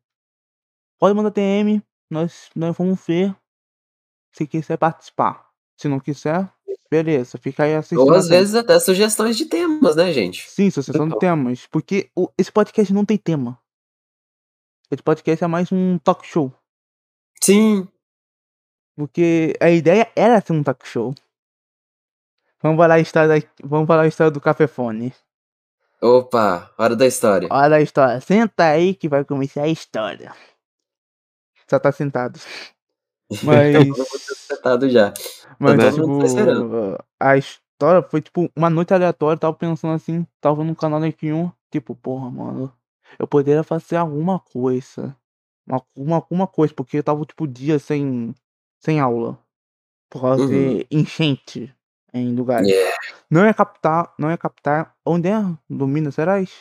S1: pode mandar DM, nós, nós vamos ver se quiser participar. Se não quiser, beleza, fica aí assistindo.
S2: Ou
S1: a
S2: às
S1: gente.
S2: vezes até sugestões de temas, né, gente?
S1: Sim, sucessão de
S3: Total.
S1: temas. Porque o- esse podcast não tem tema. Esse podcast é mais um talk show.
S2: Sim.
S1: Porque a ideia era ser um talk show. Vamos falar a história, da- vamos falar a história do cafefone.
S2: Opa, hora da história.
S1: Olha a história. Senta aí que vai começar a história. Só tá sentado. Mas. tá
S2: Sentado já.
S1: Mas,
S2: Todo mundo tá
S1: tipo, a história foi tipo uma noite aleatória, tava pensando assim, tava no canal da Q1, tipo, porra, mano, eu poderia fazer alguma coisa. Uma, uma, alguma coisa, porque eu tava tipo dia sem, sem aula. Por causa de enchente em lugares.
S2: Yeah.
S1: Não é captar, não é captar. Onde é? Do Minas Gerais?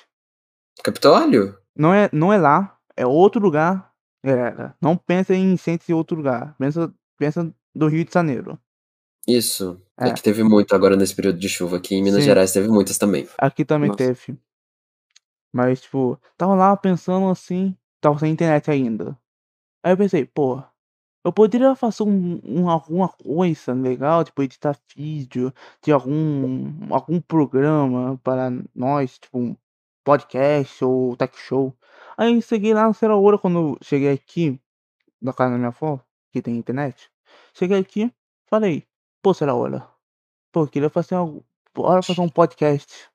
S2: Capitólio?
S1: Não é, não é lá, é outro lugar, galera. Não pensa em enchente em outro lugar. Pensa, pensa do Rio de Janeiro.
S2: Isso.
S1: É.
S2: É. que teve muito agora nesse período de chuva aqui em Minas
S1: Sim.
S2: Gerais, teve muitas também.
S1: Aqui também
S2: Nossa.
S1: teve. Mas, tipo, tava lá pensando assim, tava sem internet ainda. Aí eu pensei, pô, eu poderia fazer um, um- alguma coisa legal, tipo, editar vídeo de algum, algum programa para nós, tipo, um podcast ou tech show. Aí eu cheguei lá no Serra Ouro, quando eu cheguei aqui, na casa da minha avó, que tem internet. Cheguei aqui, falei, pô, Serra Ouro, pô, eu queria fazer algo, bora fazer um podcast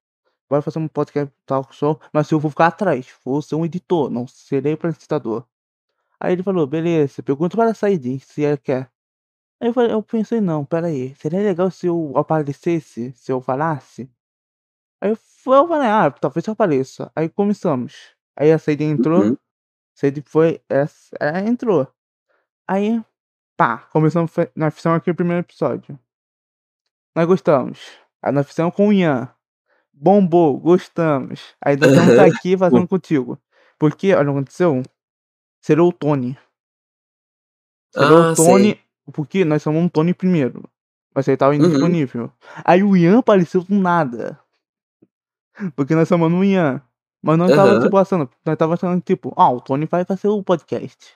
S1: bora fazer um podcast tal show, mas eu vou ficar atrás, vou ser um editor, não serei apresentador. Aí ele falou, beleza, pergunta para sair se ele quer. Aí eu, falei, eu pensei, não, peraí, seria legal se eu aparecesse, se eu falasse? Aí eu, f- eu falei, ah, talvez eu apareça. Aí começamos. Aí a Said entrou,
S2: Uhum.
S1: Said tipo, foi, essa- ela entrou. Aí, pá, começamos, fe- nós fizemos aqui o primeiro episódio. Nós gostamos. Aí nós fizemos com o Ian. Bombou, gostamos. Aí nós estamos aqui fazendo contigo. Porque, olha o que aconteceu. Será o Tony. Será
S2: Ah,
S1: o Tony.
S2: sei.
S1: Porque nós chamamos o Tony primeiro. Mas ele tava
S2: Uhum.
S1: indisponível. Aí o Ian apareceu do nada. Porque nós chamamos o Ian. Mas nós tava
S2: Aham.
S1: tipo achando. Nós tava achando, tipo, ah, o Tony vai fazer o podcast.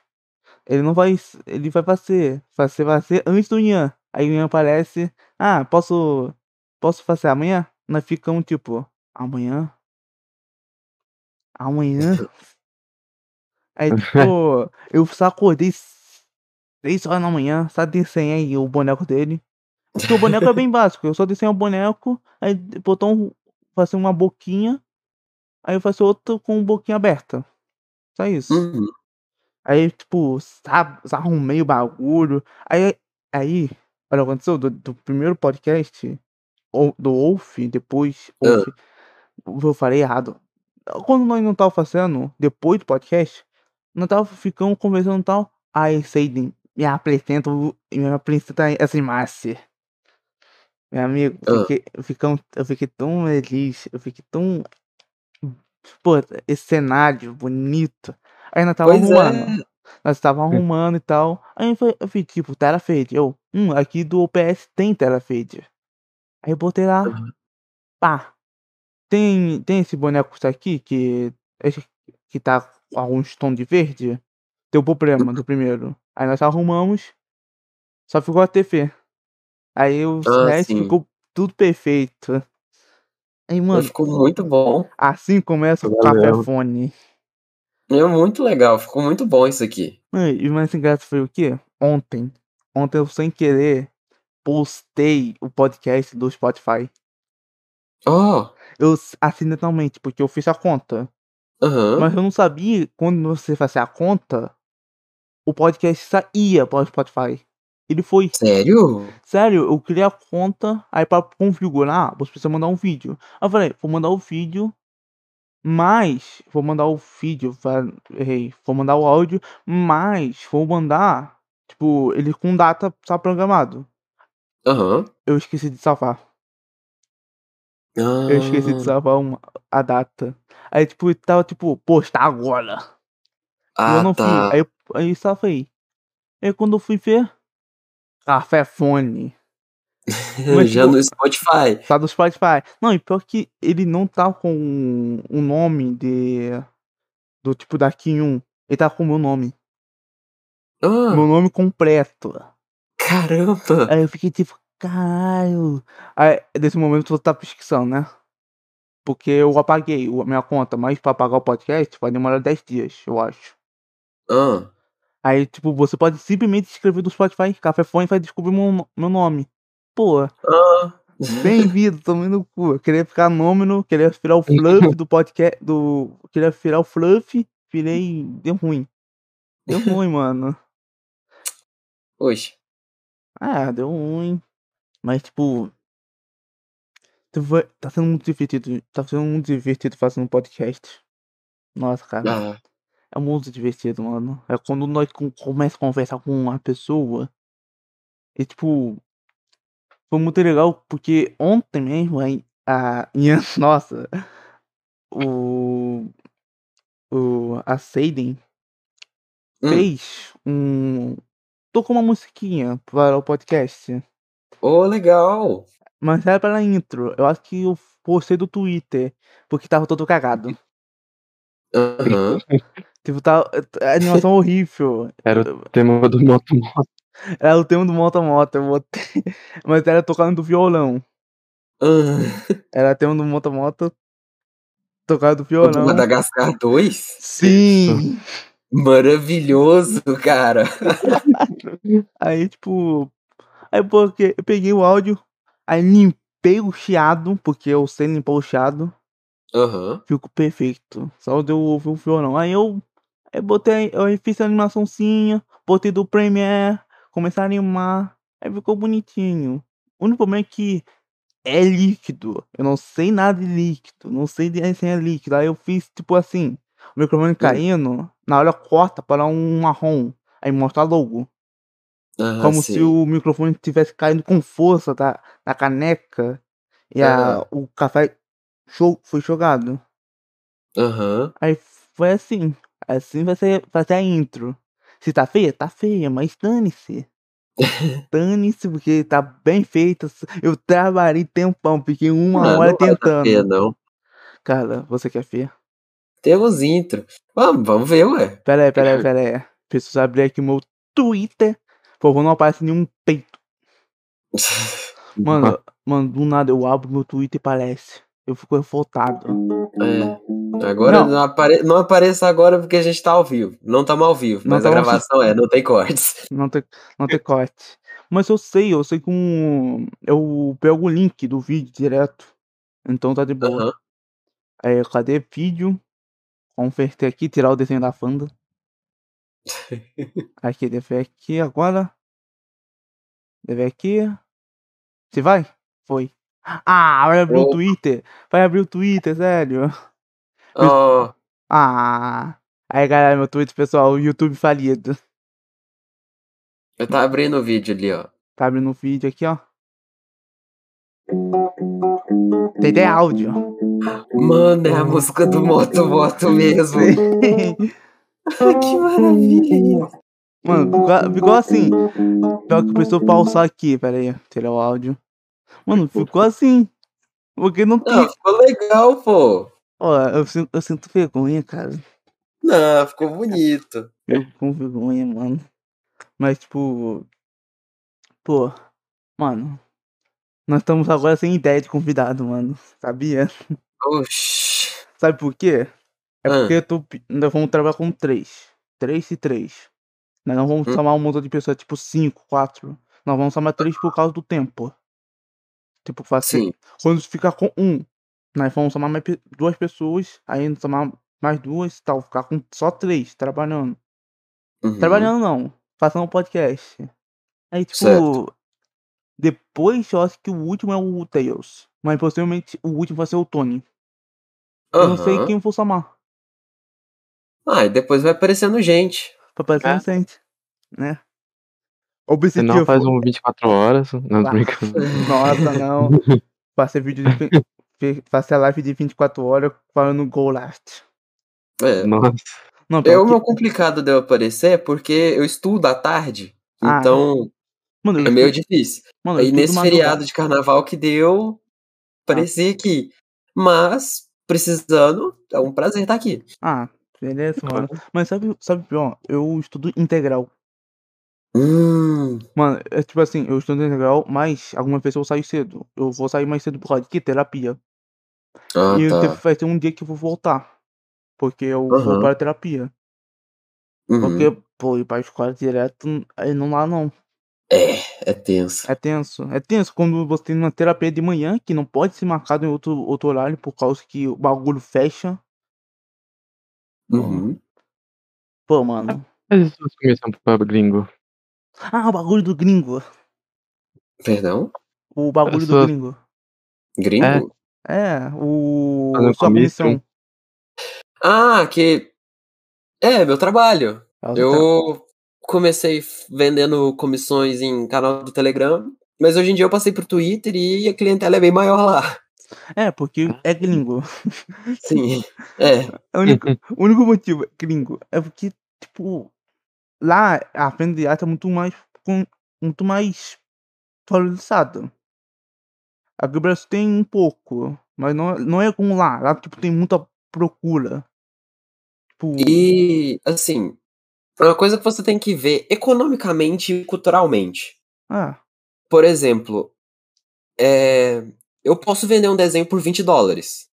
S1: Ele não vai. Ele vai fazer. Fazer, vai ser antes do Ian. Aí o Ian aparece. Ah, posso. Posso fazer amanhã? Nós ficamos tipo. Amanhã? Amanhã? Aí, tipo, eu só acordei 6 horas da manhã, só desenhei o boneco dele. Porque o boneco é bem básico, eu só desenho o boneco, aí botou um, faço uma boquinha, aí eu faço outro com boquinha aberta. Só isso.
S2: Uhum.
S1: Aí, tipo, sa- arrumei o bagulho. Aí, aí olha o que aconteceu. Do, do primeiro podcast, ou, do Wolf, depois.
S2: Ah.
S1: Wolf, Eu falei errado. Quando nós não tava fazendo, depois do podcast, nós tava ficando conversando e tal. Aí, Seiden, me apresenta, o- me apresenta essa imagem. Meu amigo, eu
S2: Ah.
S1: fiquei, eu, fiquei, um, eu fiquei tão feliz, eu fiquei tão. Pô, esse cenário bonito. Aí nós tava
S2: Pois é.
S1: arrumando. Nós tava arrumando e tal. Aí eu fui- eu fui tipo, tela fade. Eu, hum, aqui do OPS tem tela fade. Aí eu botei lá. Pá. Tem, tem esse boneco aqui que. esse Que tá com alguns tons de verde. Deu problema do primeiro. Aí nós arrumamos. Só ficou a TV. Aí o
S2: Ah,
S1: resto
S2: sim.
S1: ficou tudo perfeito. Aí, mano,
S2: Ficou muito bom.
S1: assim começa o
S3: Valeu.
S1: cafefone.
S2: É muito legal, ficou muito bom isso aqui.
S1: Mano, e o mais engraçado foi o quê? Ontem. Ontem eu, sem querer, postei o podcast do Spotify.
S2: Ó,
S1: Eu s- acidentalmente, porque eu fiz a conta.
S2: aham.
S1: Mas eu não sabia quando você fazia a conta, o podcast saía para o Spotify. Ele foi.
S2: Sério?
S1: Sério, eu criei a conta, aí pra configurar, você precisa mandar um vídeo. Aí eu falei, vou mandar o vídeo, mas vou mandar o vídeo, fa- errei, vou mandar o áudio, mas vou mandar, tipo, ele com data só programado.
S2: Aham.
S1: Eu esqueci de salvar.
S2: Ah,
S1: Eu esqueci de salvar uma, a data. Aí, tipo, eu tava tipo, postar agora. E
S2: Ah,
S1: eu não
S2: tá.
S1: fui. Aí, eu- aí eu salvei. Aí quando eu fui ver, café fone. mas,
S2: Já
S1: tipo,
S2: no Spotify.
S1: Tá do Spotify. Não, e pior que ele não tá com o nome de. Do tipo da Kim 1. Ele tá com o meu nome.
S2: Ah,
S1: Meu nome completo.
S2: caramba.
S1: Aí eu fiquei tipo, caralho. Aí nesse momento eu tava pesquisando, né? Porque eu apaguei o- a minha conta, mas pra apagar o podcast vai demorar 10 dias, eu acho.
S2: Ah,
S1: Aí, tipo, você pode simplesmente escrever do Spotify, Café Fone vai descobrir meu, no- meu nome. Pô,
S2: ah,
S1: Bem-vindo, tomei no cu. Eu queria ficar nômino, queria virar o fluff do podcast. Do... eu Queria virar o fluff, virei. Deu ruim. Deu ruim, mano.
S2: Hoje.
S1: Ah, deu ruim. Mas, tipo. tu vai- Tá sendo muito divertido. Tá sendo muito divertido fazendo podcast. Nossa, cara.
S2: Ah,
S1: É muito divertido, mano. É quando nós com- começa a conversar com uma pessoa. E tipo. Foi muito legal, porque ontem mesmo a, I- a Ian, nossa, o. O. A Seiden
S2: Hum.
S1: fez um. Tocou uma musiquinha para o podcast.
S2: oh, legal.
S1: Mas era pela intro. Eu acho que eu postei do Twitter, porque tava todo cagado.
S2: Aham.
S1: Tipo, tava. A animação horrível.
S3: Era o tema do Moto Moto.
S1: Era o tema do Moto Moto, eu botei. Mas era tocando do violão.
S2: Ah,
S1: Era tema do Moto Moto. Tocado do
S2: o do
S1: violão.
S2: Madagascar 2?
S1: Sim!
S2: Maravilhoso, cara.
S1: Aí, tipo. Aí porque eu peguei o áudio, aí limpei o chiado, porque eu sei limpar o chiado,
S2: Aham.
S1: ficou perfeito. Só de eu ouvir o violão. Aí eu, aí botei, eu fiz a animaçãozinha, botei do Premiere, comecei a animar, aí ficou bonitinho. O único problema é que é líquido. Eu não sei nada de líquido, não sei de se é líquido. Aí eu fiz tipo assim, o microfone caindo, na hora corta para um marrom, aí mostra logo.
S2: Ah,
S1: Como
S2: sim.
S1: se o microfone tivesse caindo com força da, da caneca e a- o café cho- foi jogado.
S2: Aham.
S1: Aí foi assim. Assim vai ser, vai ser a intro. Se tá feia, tá feia, mas dane-se. Dane-se, porque tá bem feita. Eu trabalhei tempão, fiquei uma
S2: Ah,
S1: hora
S2: não vai dar feia,
S1: é tentando.
S2: não.
S1: Cara, você quer feia?
S2: Temos intro. Vamos, vamos ver, ué.
S1: Pera aí, pera aí, pera aí. Preciso abrir aqui meu Twitter. Por favor, não aparece nenhum peito.
S2: Hum,
S1: Mano, mano, do nada eu abro meu Twitter e parece. Eu fico revoltado.
S2: É. Agora
S1: Não.
S2: não, apare... não apareça agora porque a gente tá ao vivo. Não tamo ao vivo,
S1: Não
S2: mas a
S1: tamo ao
S2: gravação é, não tem cortes.
S1: Não ter, não ter corte. Mas eu sei, eu sei como. Eu pego o link do vídeo direto. Então tá de boa.
S2: Aham.
S1: É, cadê vídeo? Converter aqui, tirar o desenho da Fanda. Aqui, deve aqui agora. Deve aqui. Você vai? Foi. Ah, vai abrir o
S2: Opa.
S1: Twitter. Vai abrir o Twitter, sério.
S2: Ó,
S1: Ah. Aí, galera, meu Twitter, pessoal, YouTube falido.
S2: eu tava abrindo o vídeo ali, ó.
S1: Tá abrindo o vídeo aqui, ó. Tem até áudio.
S2: Mano, é a música do Moto Moto mesmo. Ai, que maravilha. isso.
S1: Mano, ficou, ficou assim. Pior que o pessoal pausar aqui, pera aí. Tirar o áudio. Mano, ficou assim. Porque não tem.
S2: Não, ficou legal, pô.
S1: Ó, eu, sinto- eu sinto vergonha, cara.
S2: Não, ficou bonito.
S1: Eu fico com vergonha, mano. Mas, tipo. Pô, mano. Nós estamos agora sem ideia de convidado, mano. Sabia?
S2: Oxi.
S1: Sabe por quê? É
S2: Ah.
S1: porque eu tô, pe- nós vamos trabalhar com três. Três e três. Nós não vamos
S2: Hum.
S1: chamar um montão de pessoas, tipo cinco, quatro. Nós vamos chamar três por causa do tempo. Tipo, fazer.
S2: Sim.
S1: Quando ficar com um, nós vamos chamar mais pe- duas pessoas, aí nós chamar mais duas e tal. Ficar com só três, trabalhando.
S2: Uhum.
S1: Trabalhando não, fazendo um podcast. Aí, tipo.
S2: Certo.
S1: Depois eu acho que o último é o Tails. Mas possivelmente o último vai ser o Tony. Eu não sei
S2: Aham.
S1: quem eu vou chamar.
S2: Ah, e depois vai aparecendo gente.
S1: Papai
S3: É.
S1: inocente, né?
S3: Se
S1: Objetivo.
S3: não, faz um 24 horas. Não, tô brincando.
S1: Nossa, não. Faça vídeo de... vi- vi- Faça live de 24 horas falando Go Last.
S2: É.
S3: Nossa.
S1: Não,
S2: É
S1: pior
S2: o
S1: Então, que-
S2: meu complicado de eu aparecer é porque eu estudo à tarde.
S1: Ah,
S2: Então
S1: Mano, eu
S2: é meio
S1: estudo-
S2: difícil.
S1: Mano, eu
S2: Aí
S1: estudo
S2: nesse
S1: madrugada. Ah.
S2: feriado de carnaval que deu, apareci aqui. Mas, precisando, é um prazer estar aqui.
S1: Ah, beleza, mano. Mas sabe, sabe pior? Eu estudo integral.
S2: Hum,
S1: Mano, é tipo assim, eu estudo integral, mas algumas vezes eu saio cedo. Eu vou sair mais cedo por causa de que? Terapia.
S2: ah,
S1: e eu te-
S2: tá.
S1: vai ter um dia que eu vou voltar. Porque eu vou
S2: Aham.
S1: para a terapia.
S2: Uhum.
S1: Porque, pô, ir pra escola direto, aí não dá não.
S2: É, é tenso.
S1: É tenso. É tenso quando você tem uma terapia de manhã que não pode ser marcado em outro, outro horário por causa que o bagulho fecha.
S2: Uhum.
S1: Pô, mano.
S3: Mas isso é começar para gringo.
S1: Ah, o bagulho do gringo.
S2: Perdão?
S1: O bagulho do
S3: Só-
S1: gringo.
S2: Gringo?
S3: É.
S1: É, o.
S3: Fazer
S1: Sua
S3: comício.
S1: comissão.
S2: Ah, que. É, meu trabalho. Eu comecei f- vendendo comissões em canal do Telegram, mas hoje em dia eu passei pro Twitter e a clientela é bem maior lá.
S1: É, porque é gringo.
S2: Sim. É.
S1: É O único, o único motivo, gringo, é porque, tipo, lá a frente de arte é muito mais, com- muito mais valorizada. Aqui no Brasil tem um pouco, mas não, não é como lá. Lá, tipo, tem muita procura. Tipo,
S2: E, assim, é uma coisa que você tem que ver economicamente e culturalmente.
S1: ah,
S2: Por exemplo, é, eu posso vender um desenho por 20 dólares.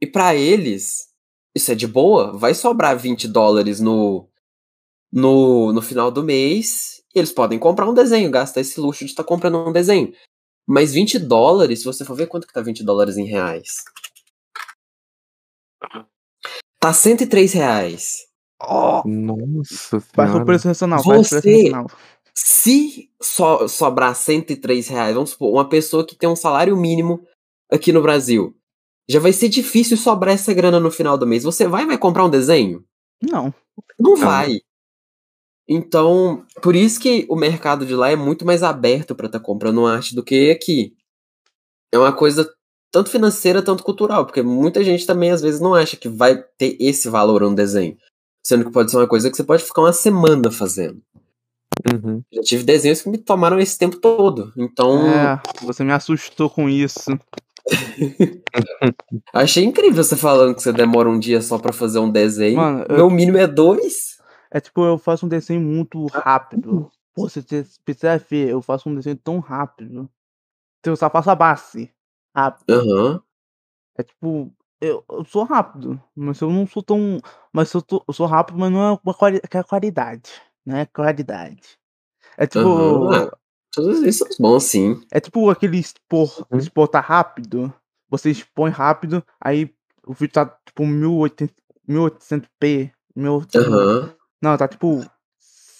S2: E pra eles, isso é de boa, vai sobrar 20 dólares no, no, no final do mês. E eles podem comprar um desenho, gastar esse luxo de estar comprando um desenho. Mas 20 dólares, se você for ver quanto que tá 20 dólares em reais. Tá 103 reais.
S1: ó,
S3: Nossa
S1: faz o
S3: senhora.
S1: preço racional, faz o preço
S2: Oh, Você-
S1: racional.
S2: Se so- sobrar 103 reais, vamos supor, uma pessoa que tem um salário mínimo aqui no Brasil, já vai ser difícil sobrar essa grana no final do mês. Você vai vai comprar um desenho?
S1: Não,
S2: Não vai. Então, por isso que o mercado de lá é muito mais aberto para estar comprando arte do que aqui. É uma coisa tanto financeira, tanto cultural, porque muita gente também às vezes não acha que vai ter esse valor um desenho. Sendo que pode ser uma coisa que você pode ficar uma semana fazendo.
S3: Uhum.
S2: Já tive desenhos que me tomaram esse tempo todo. Então,
S1: é, você me assustou com isso.
S2: achei incrível você falando que você demora um dia só pra fazer um desenho.
S1: Mano, eu-
S2: Meu mínimo é dois.
S1: É tipo, eu faço um desenho muito
S2: Ah, uh.
S1: rápido. Pô, se você precisa ver, eu faço um desenho tão rápido. Então, eu só faço a base. Rápido.
S2: Aham.
S1: É tipo, eu, eu sou rápido, mas eu não sou tão. Mas eu, tô- eu sou rápido, mas não é uma quali que é qualidade. Não é qualidade. É tipo.
S2: Aham, Tudo isso é bom, sim.
S1: É tipo aquele expor,
S3: Uhum.
S1: expor tá rápido. Você expõe rápido, aí o vídeo tá tipo 1800, 1800p. 1800,
S2: Aham.
S1: Não, tá tipo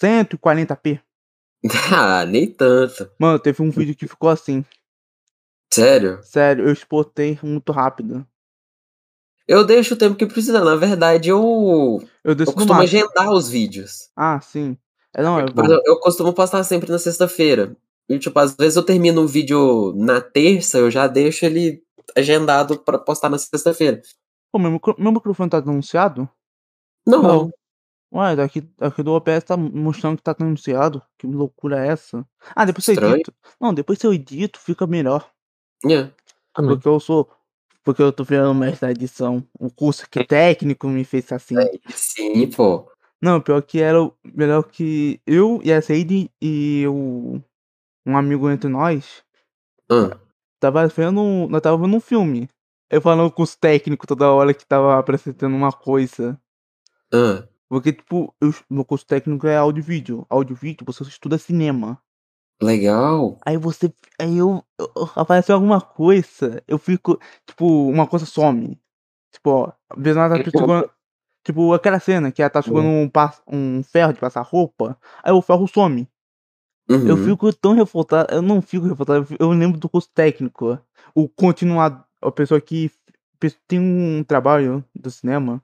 S1: 140p.
S2: Ah, nem tanto.
S1: Mano, teve um vídeo que ficou assim.
S2: Sério.
S1: Sério, eu exportei muito rápido.
S2: Eu deixo o tempo que precisa. Na verdade, eu,
S1: Eu desci
S2: eu
S1: no
S2: costumo
S1: mato.
S2: agendar os vídeos.
S1: Ah, sim. É, não, eu,
S2: Por exemplo, eu costumo postar sempre na sexta-feira. E, tipo, às vezes eu termino um vídeo na terça, eu já deixo ele agendado pra postar na sexta-feira.
S1: pô, meu, micro- meu microfone tá denunciado?
S2: Não,
S3: Não.
S1: Ué, daqui, daqui do OBS tá mostrando que tá denunciado. Que loucura é essa? Ah, depois eu
S2: Estranho.
S1: edito. Não, depois se eu edito, fica melhor.
S2: é.
S3: Também.
S1: Porque eu sou. Porque eu tô virando um mestre da edição. O curso que é técnico me fez assim.
S2: Sim, pô.
S1: Não, pior que era o melhor que eu e a Seide e o, um amigo entre nós.
S2: Ah,
S1: tava vendo. um- Nós tava vendo um filme. Eu falando com os técnicos toda hora que tava apresentando uma coisa.
S2: ah,
S1: Porque, tipo, eu, meu curso técnico é áudio e vídeo. Áudio e vídeo, você estuda cinema.
S2: legal.
S1: Aí você. Aí eu. eu- eu- Apareceu alguma coisa. Eu fico. Tipo, uma coisa some. Tipo, ó. às vezes ela tá jogando- Tipo, aquela cena que ela tá jogando um, pa- um ferro de passar roupa. Aí o ferro some.
S2: Uhum.
S1: Eu fico tão revoltado, eu não fico revoltado, eu fi- eu lembro do curso técnico. O continuado, a pessoa que pe- tem um trabalho do cinema,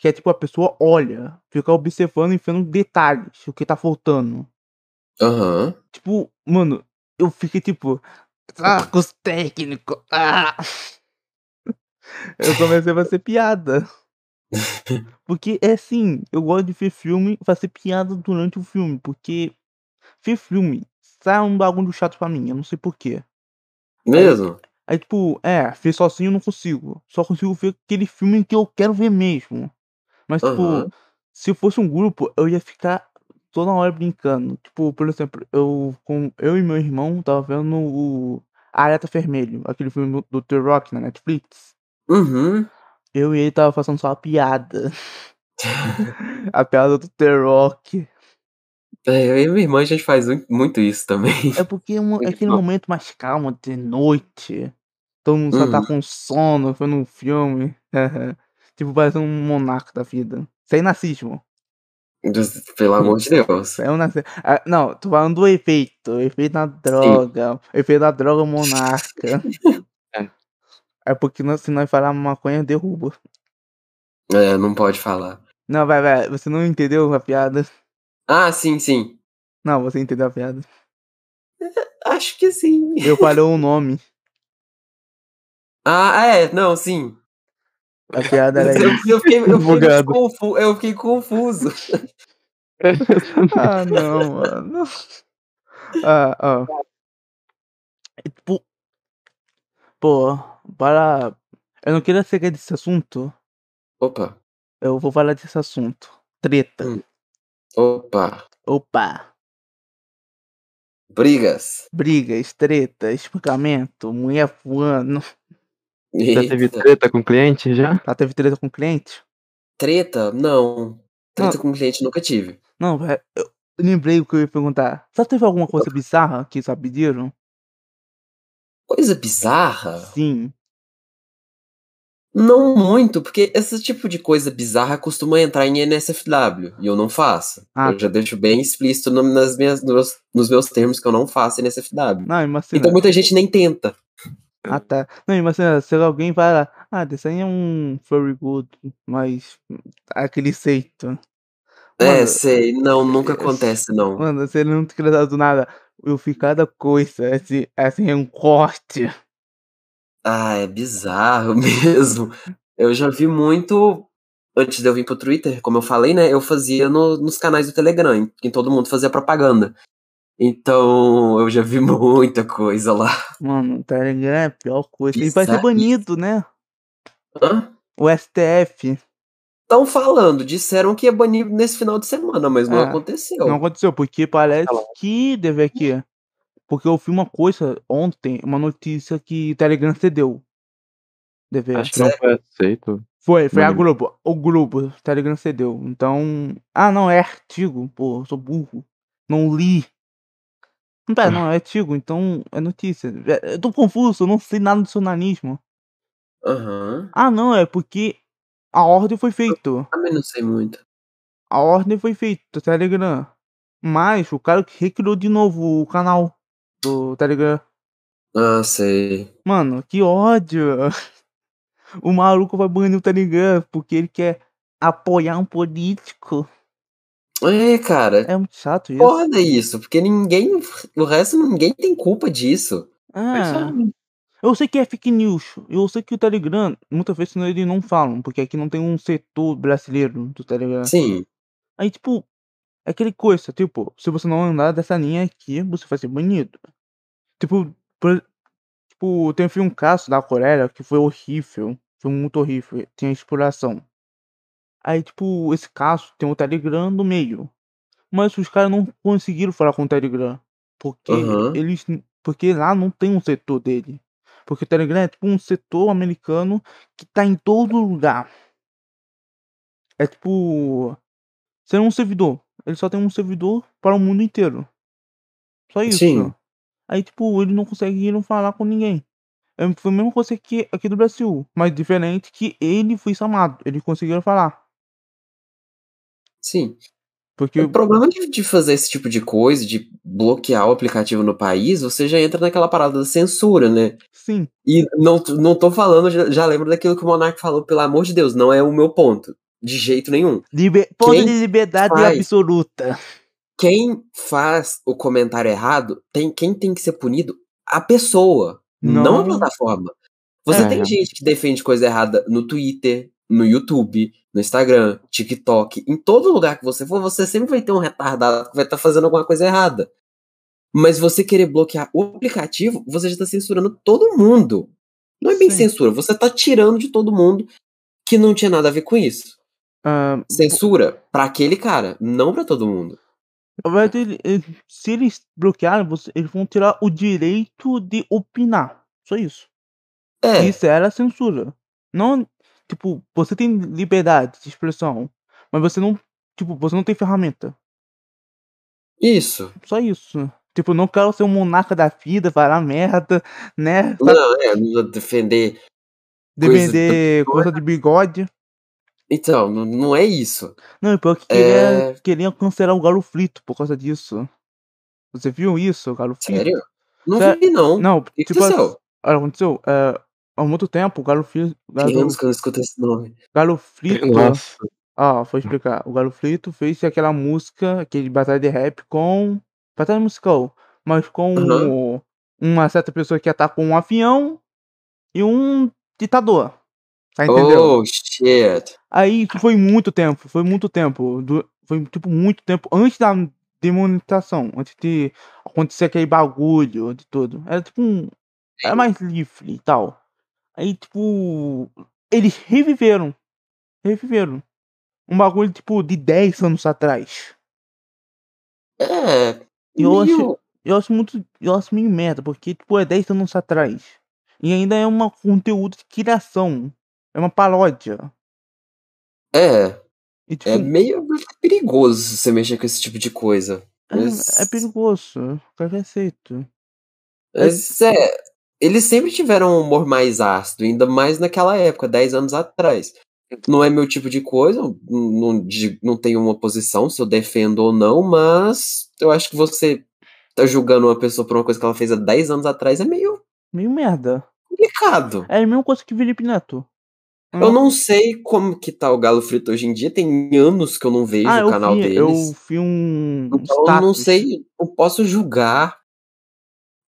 S1: que é tipo a pessoa olha, fica observando e vendo detalhes, o que tá faltando.
S2: Aham.
S1: Tipo, mano, eu fiquei tipo, ah, curso técnico, ah. Eu comecei a fazer piada. Porque é assim, eu gosto de ver filme, fazer piada durante o filme, porque ver filme sai um bagulho chato pra mim, eu não sei porquê.
S2: Mesmo?
S1: Aí, tipo, é, ver sozinho eu não consigo. Só consigo ver aquele filme que eu quero ver mesmo. Mas, tipo,
S2: Aham.
S1: se eu fosse um grupo, eu ia ficar toda hora brincando. Tipo, por exemplo, eu, com, eu e meu irmão tava vendo o Alerta Vermelho, aquele filme do, do The Rock na Netflix.
S2: Uhum.
S1: Eu e ele tava fazendo só a piada. a piada do The Rock.
S2: É, eu e minha irmã a gente faz mu- muito isso também.
S1: É porque é um- é aquele
S2: bom.
S1: momento mais calmo, de noite. Todo mundo só tá com sono, foi num filme. tipo, parece um monarca da vida. Sem nazismo.
S2: Deus- Pelo amor de Deus.
S1: Sem nazismo. Ah, não, tô falando do efeito. O efeito na droga. O efeito da droga monarca.
S3: É.
S1: É porque nós- se nós falarmos maconha, derruba.
S2: É, não pode falar.
S1: Não, vai, vai. Você não entendeu a piada.
S2: Ah, sim, sim.
S1: Não, você entendeu a piada.
S2: Acho que sim.
S1: Eu falei o nome.
S2: Ah, é, não, sim.
S1: A piada era isso.
S2: Eu, eu fiquei, eu, fiquei
S3: Bugado.
S2: confu- eu fiquei confuso.
S1: Ah, não, mano. Ah, ah. É tipo. Pô, para. Eu não queria seguir desse assunto.
S2: Opa,
S1: Eu vou falar desse assunto. Treta.
S2: Hum. opa.
S1: Opa.
S2: Brigas.
S1: Brigas, treta, espancamento, mulher voando.
S3: Já teve
S2: Eita.
S3: treta com cliente já?
S1: Ela teve treta com cliente?
S2: Treta? Não. Treta com cliente nunca tive.
S1: Não, velho. Eu lembrei o que eu ia perguntar. Só teve alguma coisa bizarra que só pediram?
S2: Coisa bizarra?
S1: Sim.
S2: Não muito, porque esse tipo de coisa bizarra costuma entrar em NSFW, e eu não faço.
S1: Ah.
S2: Eu já deixo bem explícito no- nas minhas, nos, nos meus termos que eu não faço NSFW.
S1: Não, é imagina.
S2: Então muita gente nem tenta.
S1: Ah, tá. Não, imagina, se alguém fala, ah, desse aí é um Furry Good, mas aquele seito.
S2: é,
S1: Mano,
S2: sei, não, nunca
S1: eu-
S2: acontece, não.
S1: Mano, você não te criado do nada. Eu fiz cada coisa, assim, assim, é um corte.
S2: Ah, é bizarro mesmo. Eu já vi muito. Antes de eu vir pro Twitter, como eu falei, né? Eu fazia no- nos canais do Telegram, em que todo mundo fazia propaganda. Então, eu já vi muita coisa lá.
S1: Mano, tá ligado? É a pior coisa. Ele vai ser
S2: Bizarro.
S1: banido, né?
S2: Hã?
S1: O STF.
S2: Estão falando, disseram que ia banir nesse final de semana, mas não
S1: É,
S2: aconteceu.
S1: Não aconteceu, porque parece
S3: Tá lá.
S1: que deve aqui. é. Porque eu vi uma coisa ontem, uma notícia que o Telegram cedeu. Deve.
S3: Acho que não foi aceito.
S1: Foi, foi
S3: Não
S1: a
S3: lembro.
S1: Globo. O Globo, o Telegram cedeu. Então. Ah, não, é artigo. Pô, eu sou burro. Não li. Não, pera, não, é artigo, então é notícia. É, Eu tô confuso, eu não sei nada do jornalismo.
S2: Aham.
S1: Ah, não, é porque a ordem foi feita.
S2: Também não sei muito.
S1: A ordem foi feita do Telegram. Mas o cara que recriou de novo o canal do Telegram.
S2: Ah, sei.
S1: Mano, que ódio! O maluco vai banir o Telegram porque ele quer apoiar um político.
S2: É, cara.
S1: É muito chato isso.
S2: Foda isso, porque ninguém. O resto, ninguém tem culpa disso.
S1: Ah, eu sei que é fake news. Eu sei que o Telegram, muitas vezes não- eles não falam, porque aqui não tem um setor brasileiro do Telegram.
S2: Sim.
S1: Aí, tipo, é aquele coisa, tipo, se você não andar dessa linha aqui, você vai ser banido. Tipo, por- tipo, teve um caso da Coreia que foi horrível. Foi muito horrível. Tinha exploração. Aí, tipo, esse caso tem o Telegram no meio. Mas os caras não conseguiram falar com o Telegram. Porque
S2: Aham.
S1: eles. n- Porque lá não tem um setor dele. Porque o Telegram é tipo um setor americano que tá em todo lugar. É tipo. Ser um servidor. Ele só tem um servidor para o mundo inteiro. Só isso.
S2: Sim.
S1: Aí, tipo, eles não conseguiram falar com ninguém. É, Foi a mesma coisa que aqui do Brasil. Mas diferente que ele foi chamado. Eles conseguiram falar.
S2: Sim.
S1: Porque.
S2: O problema de, de fazer esse tipo de coisa, de bloquear o aplicativo no país, você já entra naquela parada da censura, né?
S1: Sim.
S2: E não, não tô falando, já, já lembro daquilo que o Monark falou, pelo amor de Deus, não é o meu ponto. De jeito nenhum.
S1: Liber... Ponto
S2: Quem
S1: de liberdade
S2: faz?
S1: absoluta.
S2: quem faz o comentário errado, tem quem tem que ser punido? A pessoa, não, a
S1: Não.
S2: plataforma. Você
S3: É.
S2: tem gente que defende coisa errada no Twitter, no YouTube, no Instagram, TikTok, em todo lugar que você for, você sempre vai ter um retardado que vai estar fazendo alguma coisa errada. Mas você querer bloquear o aplicativo, você já está censurando todo mundo. Não é bem
S1: Sim.
S2: censura, você está tirando de todo mundo que não tinha nada a ver com isso.
S1: Ah,
S2: Censura para aquele cara, não para todo mundo.
S1: mas ele- ele- se eles bloquearem, você- eles vão tirar o direito de opinar. Só isso.
S2: É.
S1: Isso era censura. Não, tipo, você tem liberdade de expressão, mas você não, tipo, você não tem ferramenta.
S2: Isso.
S1: Só isso. Tipo, não quero ser um monarca da vida, falar merda, né? Sabe?
S2: Não, é, não defender. coisa
S1: Defender coisa de bigode.
S2: Então, não, não é isso.
S1: Não, e pior que queria,
S2: É.
S1: queria cancelar o Galo Frito por causa disso. Você viu isso, o Galo Frito?
S2: Sério? Não
S1: Sério?
S2: vi, não.
S1: Não,
S2: O que
S1: tipo,
S2: aconteceu?
S1: olha, aconteceu, é, há muito tempo o Galo Frito.
S2: Tem
S1: Galo,
S2: anos que eu não escuto esse nome.
S1: Galo Frito.
S3: Nossa.
S1: Ó, vou explicar. O Galo Frito fez aquela música, aquele batalha de rap com. Batalha musical, mas com um
S2: Aham.
S1: uma certa pessoa que atacou um avião e um ditador. Tá entendeu?
S2: Oh, shit.
S1: Aí isso foi muito tempo, foi muito tempo. du- foi tipo muito tempo antes da demonetização, antes de acontecer aquele bagulho de tudo. Era tipo um. Era mais livre e tal. Aí, tipo. Eles reviveram. Reviveram. Um bagulho, tipo, de 10 anos atrás.
S2: É.
S1: Eu
S2: meio-
S1: Eu acho muito. Eu acho meio merda, porque, tipo, é 10 anos atrás. E ainda é um conteúdo de criação. É uma paródia.
S2: É.
S1: E, tipo,
S2: É meio perigoso você mexer com esse tipo de coisa.
S1: é-
S2: mas-
S1: é perigoso. Qualquer aceito.
S2: Mas é, eles sempre tiveram um humor mais ácido, ainda mais naquela época, 10 anos atrás. Não é meu tipo de coisa, não, não, di- não tenho uma posição se eu defendo ou não, mas eu acho que você tá julgando uma pessoa por uma coisa que ela fez há 10 anos atrás é meio
S1: Meio merda.
S2: complicado.
S1: É a mesma coisa que Felipe Neto. Hum.
S2: Eu não sei como que tá o Galo Frito hoje em dia, tem anos que eu não vejo
S1: ah, eu
S2: o canal
S1: vi,
S2: deles.
S1: eu vi um
S2: Então, eu não
S1: status.
S2: sei, eu posso julgar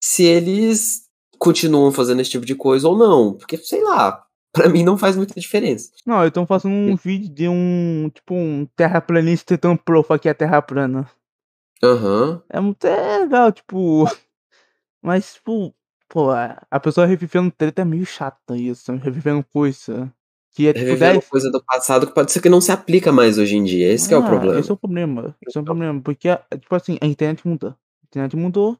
S2: se eles continuam fazendo esse tipo de coisa ou não, porque sei lá, pra mim não faz muita diferença.
S1: Não, eu tô fazendo um vídeo de um, tipo, um terraplanista tentando provar que é terra plana.
S2: Aham.
S1: É muito é legal, tipo... Mas, tipo, pô, a a pessoa revivendo treta é meio chata isso. Revivendo coisa. Que é, tipo,
S2: Revivendo
S1: 10...
S2: coisa do passado que pode ser que não se aplica mais hoje em dia. Esse que é o
S1: Ah,
S2: problema.
S1: Esse é o problema. Esse é o problema. Porque, é, tipo assim, a internet muda. A internet mudou,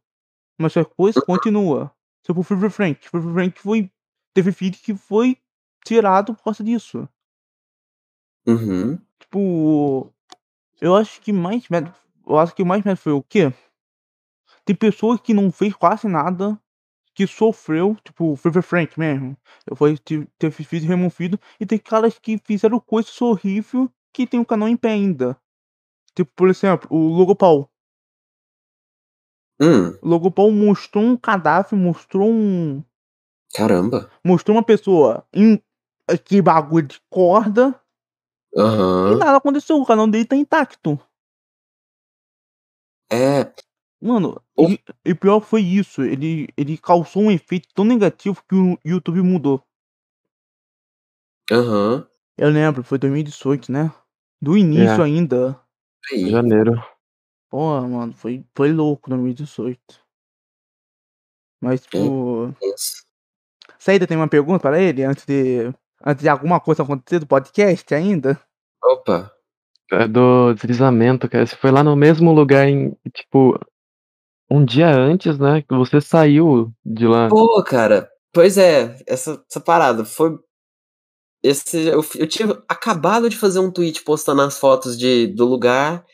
S1: mas a coisa continua. Tipo, Free Frank. Free Frank foi. Teve vídeo que foi tirado por causa disso.
S2: Uhum.
S1: Tipo. Eu acho que mais merda. Eu acho que mais merda foi o quê? Tem pessoa que não fez quase nada. Que sofreu, tipo, Free Frank mesmo. Eu fui, te- teve vídeo removido. E tem caras que fizeram coisa horrível que tem o canal em pé ainda. Tipo, por exemplo, o Logo Paul.
S2: Hum,
S1: O Logopol mostrou um cadáver, mostrou um.
S2: caramba.
S1: Mostrou uma pessoa em que bagulho de corda e
S2: Aham.
S1: nada aconteceu. O canal dele tá intacto.
S2: É.
S1: Mano,
S2: O-
S1: e, e pior foi isso. Ele, ele causou um efeito tão negativo que o YouTube mudou.
S2: Aham.
S1: Eu lembro, foi 2018, né? Do início
S3: É.
S1: ainda.
S2: Aí.
S3: Janeiro.
S1: Pô, mano, foi, foi louco 2018. Mas,
S2: É.
S1: tipo. Saída tem uma pergunta para ele antes de. Antes de alguma coisa acontecer do podcast ainda?
S2: Opa.
S3: É do deslizamento, cara. Você foi lá no mesmo lugar em, tipo, um dia antes, né? Que você saiu de lá.
S2: Pô, cara. Pois é, essa, essa parada foi. Esse, eu, fi- eu tinha acabado de fazer um tweet postando as fotos de, do lugar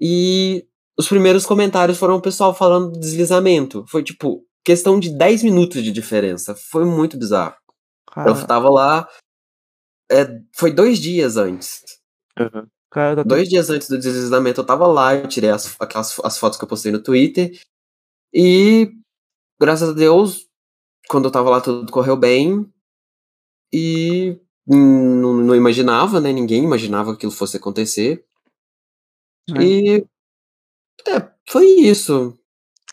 S2: e os primeiros comentários foram o pessoal falando do deslizamento. Foi tipo, questão de 10 minutos de diferença. Foi muito bizarro. Eu
S1: Cara,
S2: tava lá. é, foi dois dias antes.
S3: Uhum.
S1: cara, tá
S2: Dois dias antes do deslizamento, eu tava lá, eu tirei as, aquelas fo- as fotos que eu postei no Twitter. E, graças a Deus, quando eu tava lá, tudo correu bem. E hum, não, não imaginava, né? Ninguém imaginava que aquilo fosse acontecer.
S1: É.
S2: E. É, foi isso.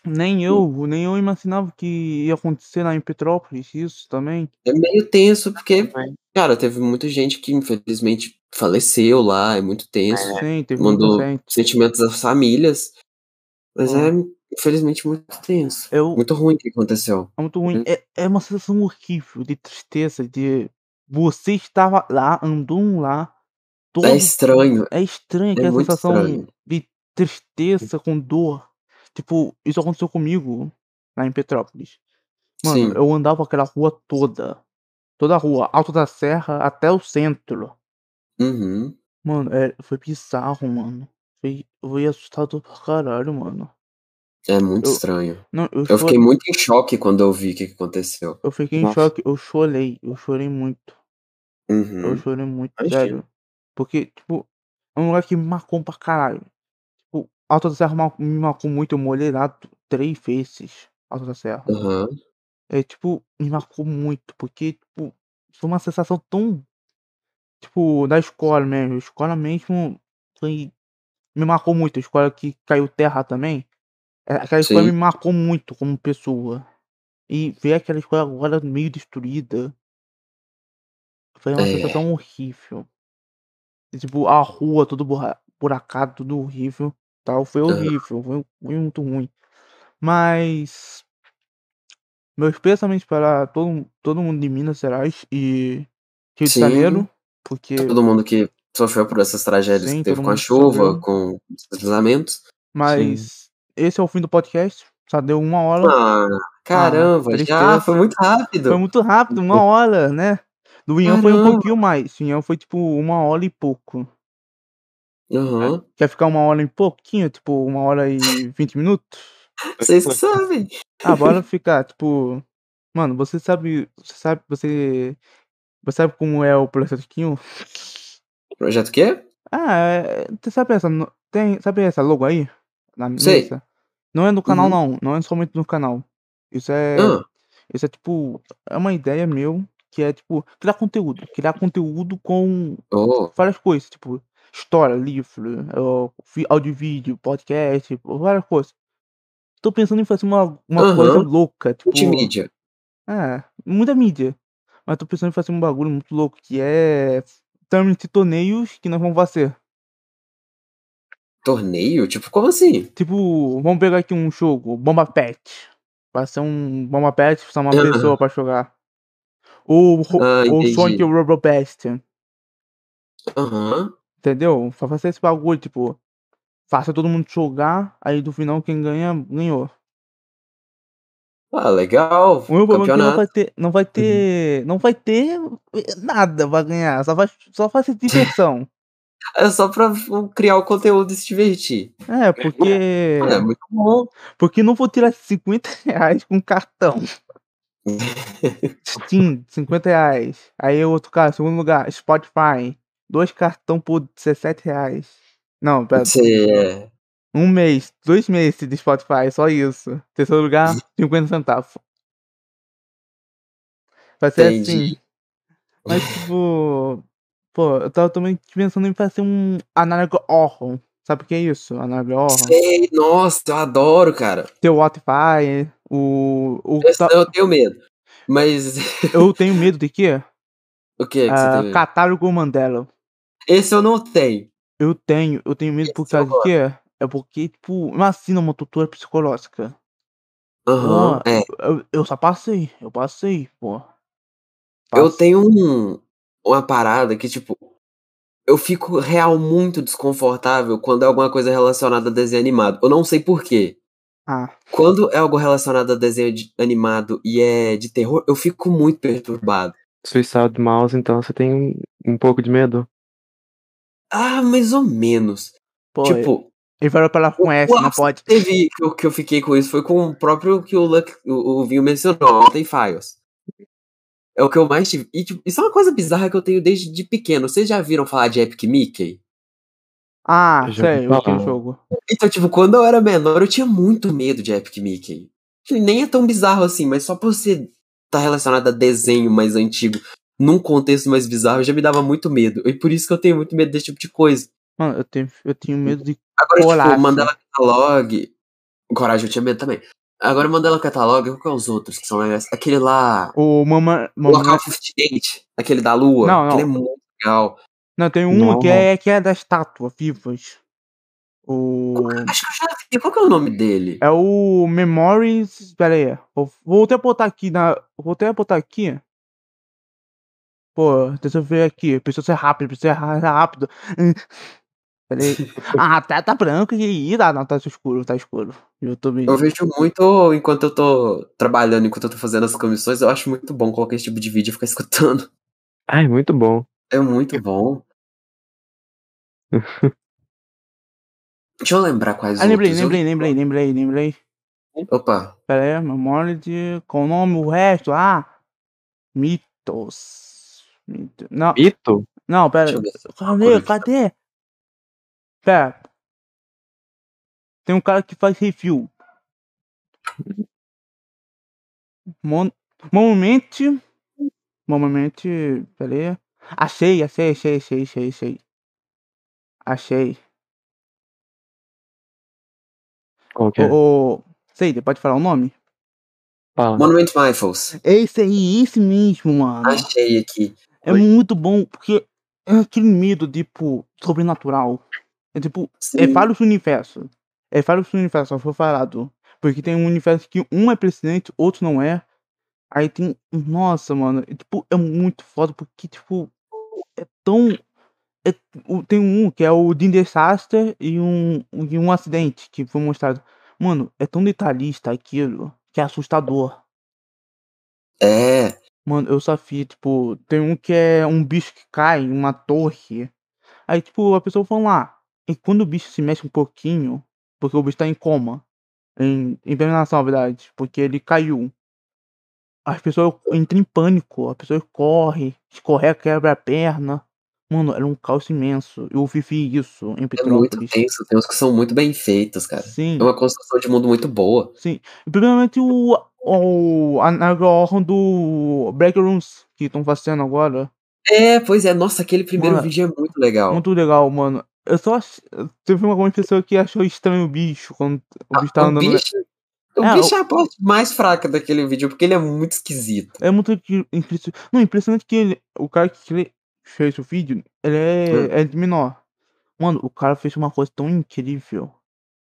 S1: Nem eu, nem eu imaginava que ia acontecer lá em Petrópolis isso também.
S2: É meio tenso, porque,
S3: Também.
S2: cara, teve muita gente que infelizmente faleceu lá, é muito tenso.
S1: Sim, teve
S2: mandou
S1: muita gente.
S2: sentimentos das famílias. Mas
S1: Ah.
S2: é, infelizmente, muito tenso.
S1: Eu,
S2: Muito ruim o que aconteceu.
S1: é muito
S2: Hum.
S1: ruim. É, é uma sensação horrível de tristeza, de você estava lá, andou um lá, todo.
S2: É estranho.
S1: É estranho aquela
S2: muito
S1: sensação
S2: estranho. Hum.
S1: de tristeza com dor. Tipo, isso aconteceu comigo lá em Petrópolis. Mano,
S2: Sim.
S1: eu andava aquela rua toda. Toda a rua, Alto da Serra até o centro.
S2: Uhum.
S1: Mano, é, foi bizarro, mano. Foi, foi assustado pra caralho, mano.
S2: É muito
S1: Eu-
S2: estranho.
S1: Não, eu,
S2: Eu
S1: chore-
S2: fiquei muito em choque quando eu vi o que que aconteceu.
S1: eu fiquei em
S3: Nossa.
S1: choque, eu chorei, eu chorei muito. Eu
S2: Uhum.
S1: chorei muito,
S2: Imagino.
S1: sério. Porque, tipo, é um lugar que me marcou pra caralho. Tipo, Alta da Serra mar- me marcou muito, eu molhei lá t- três vezes. Alta da Serra.
S2: Aham.
S1: É, tipo, me marcou muito, porque, tipo, foi uma sensação tão, tipo, da escola mesmo. A escola mesmo foi. Me marcou muito. A escola que caiu terra também. é, Aquela escola me
S2: Sim.
S1: marcou muito como pessoa. E ver aquela escola agora meio destruída. Foi uma
S2: É.
S1: sensação horrível. E, tipo, a rua, tudo burra- buracado, tudo horrível. Tal. Foi
S2: Aham.
S1: horrível, foi, um, foi muito ruim. Mas meus pensamentos para todo, todo mundo de Minas Gerais e Rio de
S2: Sim.
S1: Janeiro, porque
S2: Todo mundo que sofreu por essas tragédias
S1: Sim,
S2: que teve
S1: todo
S2: com a
S1: mundo
S2: chuva,
S1: sofreu.
S2: com os deslizamentos.
S1: mas esse é o fim do podcast, só deu uma hora,
S2: Ah, caramba, já
S1: tristeza.
S2: foi muito rápido.
S1: né?" foi muito rápido, uma hora, né? Do Ian foi um
S2: Uhum. Caramba.
S1: pouquinho mais, o Ian foi tipo uma hora e pouco.
S2: Aham.
S1: Quer ficar uma hora e pouquinho, tipo uma hora e vinte minutos?
S2: Vocês que sabem.
S1: Ah, bora ficar, tipo, mano, você sabe, você sabe, você, você sabe como é o processo de Kinho?
S2: Projeto o quê?
S1: Ah, é, tu sabe essa, no- tem, sabe essa logo aí? Na
S2: Sei.
S1: mesa? Não é no canal,
S2: Uhum.
S1: não. Não é somente no canal. Isso é,
S2: Ah,
S1: isso é tipo, é uma ideia meu que é tipo, criar conteúdo. Criar conteúdo com
S2: oh,
S1: várias coisas, tipo, história, livro, ó, fi- áudio, e vídeo, podcast, tipo, várias coisas. Tô pensando em fazer uma, uma
S2: Aham.
S1: coisa louca, tipo.
S2: multimídia.
S1: É, muita mídia. Mas tô pensando em fazer um bagulho muito louco que é. Termos de torneios que nós vamos fazer.
S2: Torneio? Tipo, como assim?
S1: Tipo, vamos pegar aqui um jogo, Bomba Pet. Vai ser um Bomba Pet, só uma
S2: Ah.
S1: pessoa pra jogar. Ou, Ro-
S2: Ah,
S1: ou
S2: entendi.
S1: Sonic Robo Bastion,
S2: Aham.
S1: entendeu? Só fazer esse bagulho, tipo, faça todo mundo jogar, aí do final quem ganha, ganhou.
S2: Ah, legal.
S1: O meu problema é que não
S2: Campeonato. Uhum.
S1: vai ter. Não vai ter. Não vai ter eh, nada pra ganhar. Só vai, só vai ser diversão.
S2: É só pra criar o conteúdo e se divertir.
S1: É, porque.
S2: Ah, É, muito bom.
S1: Porque não vou tirar 50 reais com cartão. Steam, 50 reais. Aí o outro cara, segundo lugar, Spotify. Dois cartão por 17 reais. Não, pera,
S2: Você é
S1: um mês, dois meses de Spotify, só isso. Terceiro lugar, 50 centavos. Vai ser
S2: Entendi.
S1: assim. Mas tipo. Pô, eu tava também pensando em fazer um análogo horror. Sabe o que é isso? Análogo horror.
S2: sei, nossa, eu adoro, cara.
S1: Teu Spotify, o. o
S2: Eu, eu tenho medo. Mas
S1: eu tenho medo de quê?
S2: o que, é que você
S1: Ah,
S2: tem medo?
S1: catálogo Mandela.
S2: Esse eu não tenho.
S1: Eu tenho, eu tenho medo por
S2: Esse eu
S1: causa de quê? É porque, tipo, imagina uma tutora psicológica.
S2: Aham.
S1: Pô,
S2: é.
S1: eu, eu só passei, eu passei, pô.
S2: Eu
S1: Passe-
S2: tenho um- uma parada que, tipo, eu fico real muito desconfortável quando é alguma coisa relacionada a desenho animado. Eu não sei porquê.
S1: Ah,
S2: Quando é algo relacionado a desenho de- animado e é de terror, eu fico muito perturbado.
S3: Suicide Mouse, então você tem um, um pouco de medo?
S2: Ah, mais ou menos.
S1: pô,
S2: tipo,
S1: ele falou pra ela com
S2: o
S1: S, não
S2: ápice
S1: pode.
S2: que teve que eu, que eu fiquei com isso foi com o próprio que o, Luck, o, o Vinho mencionou, Ontem Files. É o que eu mais tive. E tipo, isso é uma coisa bizarra que eu tenho desde de pequeno. Vocês já viram falar de Epic Mickey?
S1: Ah,
S3: Eu já ouvi
S1: sei, aquele
S3: falar.
S1: jogo.
S2: Então, tipo, quando eu era menor, eu tinha muito medo de Epic Mickey. Ele nem é tão bizarro assim, mas só por você estar relacionado a desenho mais antigo, num contexto mais bizarro, já me dava muito medo. E por isso que eu tenho muito medo desse tipo de coisa.
S1: Mano, eu tenho, eu tenho medo de.
S2: Agora,
S1: Coragem.
S2: tipo, Mandela Catalog. Coragem, eu tinha medo também. Agora, Mandela Catalog, qual que é os outros que são legais? Aquele lá.
S1: O Mama. mama
S2: Local 58, aquele da Lua.
S1: Não, não.
S2: Aquele é muito legal.
S1: não, tem um
S3: Não,
S1: que é, que é da estátua, vivas. O.
S2: Acho que eu já vi. Qual que é o nome dele?
S1: É o Memories. Pera aí. Vou, vou até botar aqui na. Vou até botar aqui. Pô, deixa eu ver aqui. Precisa ser rápido, precisa ser ra- rápido. Hum. Pera aí. ah, tá, tá branco e. Ah, não, tá escuro, tá escuro. YouTube.
S2: Eu vejo muito enquanto eu tô trabalhando, enquanto eu tô fazendo as comissões, eu acho muito bom colocar esse tipo de vídeo e ficar escutando.
S3: Ai, muito bom.
S2: É muito bom. Deixa eu lembrar quais
S1: Ah, lembrei,
S2: outros. Eu-
S1: lembrei, lembrei, lembrei, lembrei.
S2: Opa,
S1: Pera aí, memória de. Com o nome, o resto. Ah! Mitos. Mito- Não,
S3: Ito?
S1: não, pera.
S2: deixa eu ver.
S1: Cadê?
S2: Curioso.
S1: Cadê? Pera. Tem um cara que faz review. Mon... Momente. Momente. Pera aí. Achei, achei, achei, achei, achei, achei. Achei.
S3: Qual que é?
S1: Ô, ô, Sei, pode falar o nome?
S3: Fala.
S2: Monument Rifles.
S1: Esse aí, esse mesmo, mano.
S2: Achei aqui.
S1: É
S3: Oi.
S1: muito bom, porque é aquele medo, tipo, sobrenatural. É tipo, é
S2: Sim.
S1: vários universos. É vários universos, só foi falado. Porque tem um universo que um é presidente, outro não é. Aí tem. Nossa, mano. É, tipo, é muito foda, porque, tipo, é tão. é- o- tem um que é o Dean Disaster e um, e um acidente que foi mostrado. Mano, é tão detalhista aquilo que é assustador.
S2: É.
S1: Mano, eu só vi, tipo, tem um que é um bicho que cai, em uma torre. Aí, tipo, a pessoa fala lá, e quando o bicho se mexe um pouquinho, porque o bicho tá em coma, em internação, na verdade, porque ele caiu. As pessoas entram em pânico, a pessoa corre, escorrega, quebra a perna. Mano, era um caos imenso. Eu vivi isso em
S2: É muito
S1: Petrópolis.
S2: tenso. Tem uns que são muito bem feitos, cara.
S1: Sim.
S2: É uma construção de mundo muito boa.
S1: Sim. E Primeiramente o, o a Nigel Horn do Break Rooms que estão fazendo agora.
S2: É, pois é. Nossa, aquele primeiro
S1: Mano,
S2: vídeo é muito legal.
S1: Muito legal, mano. Eu só ach... teve uma algumas pessoas que achou estranho o bicho quando o bicho tá
S2: Ah, o
S1: andando.
S2: bicho, o
S1: É,
S2: bicho é a parte mais fraca daquele vídeo, porque ele é muito esquisito.
S1: É muito impressionante. Não, impressionante que ele, o cara que cri- fez o vídeo, ele
S2: Hum.
S1: é, é de menor. Mano, o cara fez uma coisa tão incrível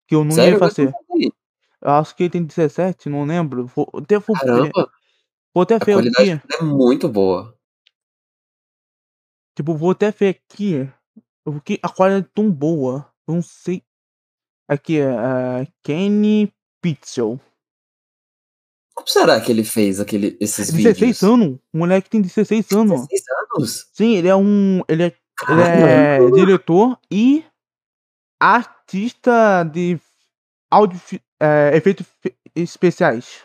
S1: que eu não
S2: Sério,
S1: ia
S2: eu gostei
S1: fazer.
S2: muito.
S1: Eu acho que ele tem 17, não lembro. Vou até, vou,
S2: Caramba,
S1: vou até
S2: a
S1: ver
S2: qualidade
S1: aqui.
S2: é muito boa.
S1: Tipo, vou até ver aqui. Porque a qualidade é tão boa. Eu não sei. Aqui é. Uh, Kenny Pixel.
S2: Como será que ele fez aquele, esses
S1: 16
S2: vídeos?
S1: É anos. O moleque tem 16 anos.
S2: 16 anos?
S1: Sim, ele é um. Ele é,
S2: Ah,
S1: ele
S2: Caramba.
S1: é diretor e artista de áudio, fi- é, efeitos fe- especiais.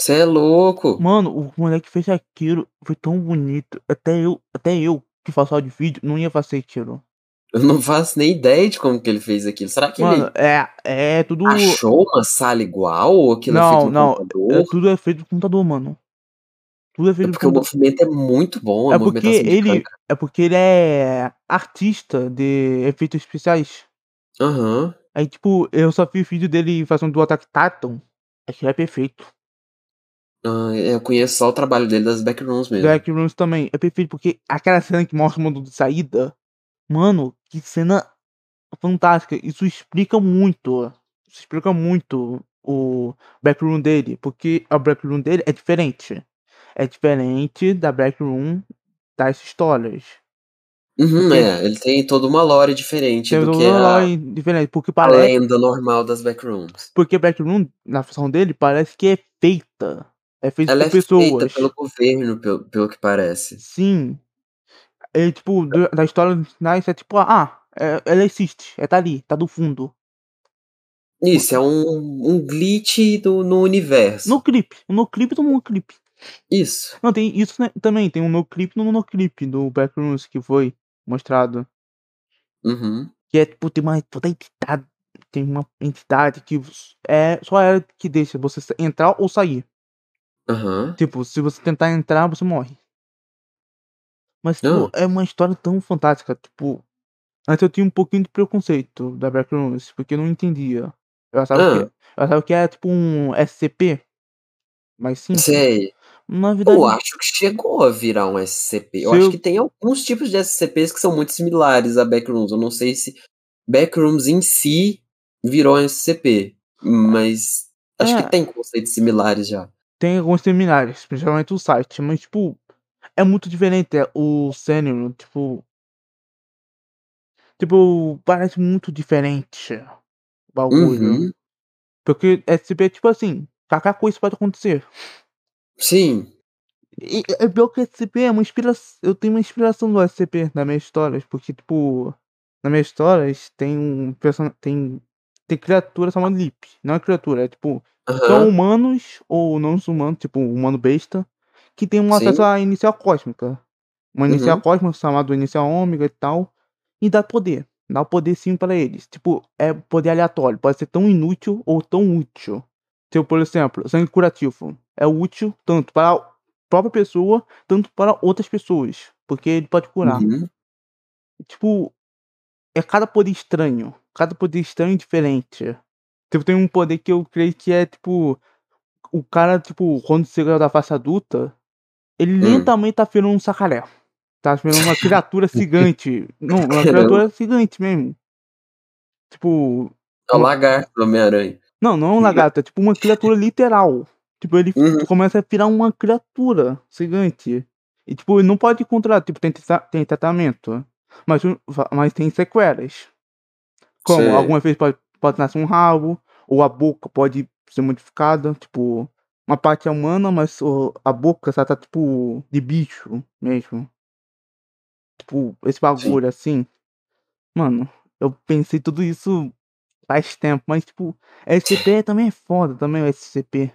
S2: Você é louco.
S1: Mano, o moleque fez aquilo. Foi tão bonito. Até eu, até eu que faço áudio e vídeo, não ia fazer aquilo.
S2: Eu não faço nem ideia de como que ele fez aquilo. Será que
S1: Mano,
S2: ele
S1: é, é tudo.
S2: achou uma sala igual ou aquilo é
S1: Não,
S2: feito no
S1: não, É,
S2: computador?
S1: tudo é feito no computador, mano. Tudo é
S2: É
S1: feito no
S2: porque o
S1: computador.
S2: movimento é muito bom, a
S1: É porque
S2: movimentação de
S1: ele.
S2: câmera.
S1: É porque ele é artista de efeitos especiais.
S2: Aham.
S1: Aí, tipo, eu só vi o vídeo dele fazendo o ataque Titan. Aquilo é perfeito.
S2: Ah, eu conheço só o trabalho dele das backrooms mesmo.
S1: Black Rooms também é perfeito, porque aquela cena que mostra o mundo de saída. Mano, que cena fantástica. Isso explica muito. Isso explica muito o backroom dele. Porque a backroom dele é diferente. É diferente da backroom das histórias.
S2: Uhum,
S1: Porque-
S2: é, ele tem toda uma lore diferente
S1: Tem
S2: do
S1: um
S2: que a,
S1: herói diferente. Porque
S2: a
S1: parece.
S2: lenda normal das backrooms.
S1: Porque backroom, na função dele, parece que é feita. É feita
S2: Ela
S1: por
S2: é
S1: pessoas.
S2: feita pelo governo, pelo, pelo que parece.
S1: Sim. É tipo, do- da história dos sinais é tipo, ah, é- ela existe, é tá ali, tá do fundo.
S2: Isso, é um, um glitch do, no universo.
S1: No clipe, no clipe do no clipe.
S2: Isso.
S1: Não, tem isso né, também, tem um no clipe no no clipe do Backrooms que foi mostrado.
S2: Uhum.
S1: Que é tipo, tem uma toda entidade, tem uma entidade que s- é só ela que deixa você sa- entrar ou sair.
S2: Aham.
S1: Tipo, se você tentar entrar, você morre. Mas, tipo,
S2: Ah.
S1: é uma história tão fantástica, tipo. Antes eu tinha um pouquinho de preconceito da Backrooms, porque eu não entendia. Eu achava, que,
S2: Ah,
S1: eu achava que era tipo um SCP, mas sim.
S2: sei.
S1: Na verdade,
S2: Eu acho que chegou a virar um SCP. Eu
S1: Se
S2: acho
S1: eu-
S2: que tem alguns tipos de SCPs que são muito similares a Backrooms. Eu não sei se Backrooms em si virou um SCP, mas acho
S1: É.
S2: que tem conceitos similares já.
S1: tem alguns seminários, principalmente o site, mas, tipo, é muito diferente é, o sênior, tipo. Tipo, parece muito diferente o bagulho.
S2: Uhum.
S1: Porque SCP é tipo assim, qualquer coisa pode acontecer.
S2: Sim.
S1: E, é pior que o SCP é uma inspiração. Eu tenho uma inspiração do SCP na minha história, porque, tipo, na minha história tem um personagem. Tem tem criatura chamada Lip. Não é criatura, é tipo. São
S2: Aham.
S1: humanos ou não humanos, tipo humano besta, que tem um
S2: Sim.
S1: acesso à inicial cósmica. Uma inicial
S2: Uhum.
S1: cósmica chamada inicial ômega e tal. E dá poder. Dá poder sim pra eles. Tipo, é poder aleatório. Pode ser tão inútil ou tão útil. Tipo, por exemplo, sangue curativo. É útil tanto para a própria pessoa, tanto para outras pessoas. Porque ele pode curar
S2: Uhum.
S1: tipo, é cada poder estranho. Cada poder estranho é diferente. Tipo, tem um poder que eu creio que é, tipo, o cara, tipo, quando chega da face adulta, ele
S2: Hum.
S1: lentamente tá virando um sacaré. Tá virando uma criatura gigante. Não, uma
S2: Caramba.
S1: criatura gigante mesmo. Tipo,
S2: É o lagarto do Homem-Aranha.
S1: não, não é um lagarto, é tipo uma criatura literal. Tipo, ele
S2: Uhum.
S1: começa a virar uma criatura gigante. E, tipo, ele não pode controlar. Tipo, tem, tra- tem tratamento. Mas, o- va- mas tem sequelas. Como,
S2: Sei.
S1: algumas vezes pode, pode nascer um rabo, ou a boca pode ser modificada. Tipo, uma parte é humana, mas o- a boca só tá, tipo, de bicho mesmo. Tipo, esse bagulho assim. Mano, eu pensei tudo isso faz tempo, mas, tipo, SCP também é foda, também o SCP.